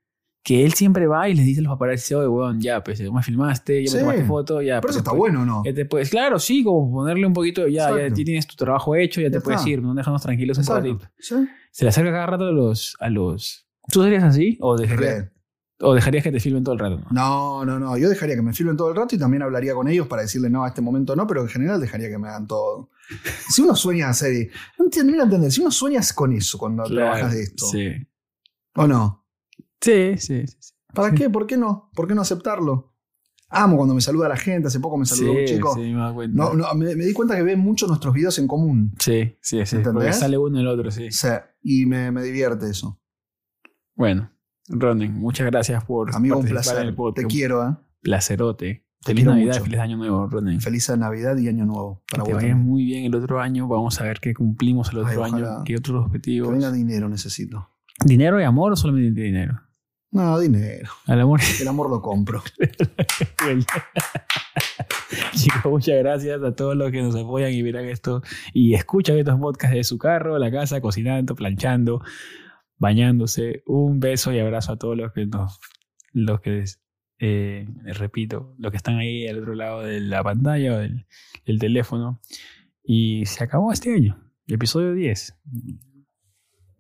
[SPEAKER 1] que él siempre va y les dice a los paparazzi, oye, weón, ya, pues, ya me filmaste, ya me
[SPEAKER 2] Sí.
[SPEAKER 1] tomaste foto, ya.
[SPEAKER 2] Pero
[SPEAKER 1] pues,
[SPEAKER 2] eso está
[SPEAKER 1] pues,
[SPEAKER 2] bueno, ¿no?
[SPEAKER 1] ya te puedes, claro, sí, como ponerle un poquito, ya, ya
[SPEAKER 2] Exacto.
[SPEAKER 1] tienes tu trabajo hecho, ya,
[SPEAKER 2] Ya
[SPEAKER 1] te puedes
[SPEAKER 2] está.
[SPEAKER 1] ir, no déjanos tranquilos
[SPEAKER 2] Exacto.
[SPEAKER 1] un ratito.
[SPEAKER 2] Sí.
[SPEAKER 1] se le acerca cada rato a los. A los ¿Tú serías así? ¿O dejarías,
[SPEAKER 2] Re.
[SPEAKER 1] o dejarías que te filmen todo el rato? no?
[SPEAKER 2] No, no, no. Yo dejaría que me filmen todo el rato y también hablaría con ellos para decirles, no, a este momento no, pero en general dejaría que me hagan todo. Si uno sueña hacer. No entiendo, no entender. Si uno sueñas con eso cuando
[SPEAKER 1] Claro,
[SPEAKER 2] trabajas de esto.
[SPEAKER 1] Sí.
[SPEAKER 2] ¿O no?
[SPEAKER 1] Sí, sí, sí. sí.
[SPEAKER 2] ¿Para qué? ¿Por qué no? ¿Por qué no aceptarlo? Amo cuando me saluda la gente. Hace poco me saludó
[SPEAKER 1] sí,
[SPEAKER 2] un chico.
[SPEAKER 1] sí, me da cuenta.
[SPEAKER 2] No, no, me, me di cuenta que ven mucho nuestros videos en común.
[SPEAKER 1] Sí, sí, sí.
[SPEAKER 2] ¿Entendés?
[SPEAKER 1] Porque sale uno y el otro, sí.
[SPEAKER 2] O sea, y me, me divierte eso.
[SPEAKER 1] Bueno, Ronen, muchas gracias por
[SPEAKER 2] Amigo, un
[SPEAKER 1] participar en
[SPEAKER 2] placer.
[SPEAKER 1] el podcast.
[SPEAKER 2] Te quiero, ¿eh?
[SPEAKER 1] Placerote.
[SPEAKER 2] Te
[SPEAKER 1] feliz
[SPEAKER 2] quiero
[SPEAKER 1] Navidad,
[SPEAKER 2] mucho.
[SPEAKER 1] feliz año nuevo, Ronen.
[SPEAKER 2] Feliz Navidad y Año Nuevo
[SPEAKER 1] Que
[SPEAKER 2] para
[SPEAKER 1] te
[SPEAKER 2] vos.
[SPEAKER 1] vayas
[SPEAKER 2] también.
[SPEAKER 1] muy bien el otro año. Vamos a ver qué cumplimos el otro
[SPEAKER 2] Ay,
[SPEAKER 1] año.
[SPEAKER 2] ojalá.
[SPEAKER 1] ¿Qué otros
[SPEAKER 2] Que
[SPEAKER 1] objetivos?
[SPEAKER 2] venga dinero, necesito.
[SPEAKER 1] ¿Dinero y amor o solamente dinero?
[SPEAKER 2] No, dinero.
[SPEAKER 1] Al amor
[SPEAKER 2] El amor lo compro.
[SPEAKER 1] vuelta. (laughs) Chicos, muchas gracias a todos los que nos apoyan y verán esto y escuchan estos podcasts de su carro, la casa, cocinando, planchando, bañándose. Un beso y abrazo a todos los que nos, los que eh, repito, los que están ahí al otro lado de la pantalla o del, del teléfono. Y se acabó este año, episodio 10.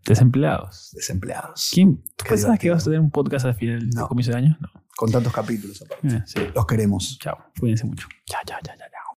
[SPEAKER 1] Desempleados.
[SPEAKER 2] Desempleados.
[SPEAKER 1] ¿Quién, ¿Tú
[SPEAKER 2] Qué
[SPEAKER 1] pensabas que
[SPEAKER 2] divertido.
[SPEAKER 1] ibas a tener un podcast al final, del
[SPEAKER 2] No.
[SPEAKER 1] comienzo de año? No.
[SPEAKER 2] Con tantos capítulos aparte.
[SPEAKER 1] Eh, sí.
[SPEAKER 2] Los queremos.
[SPEAKER 1] Chao. Cuídense mucho. Chao, chao, chao, chao.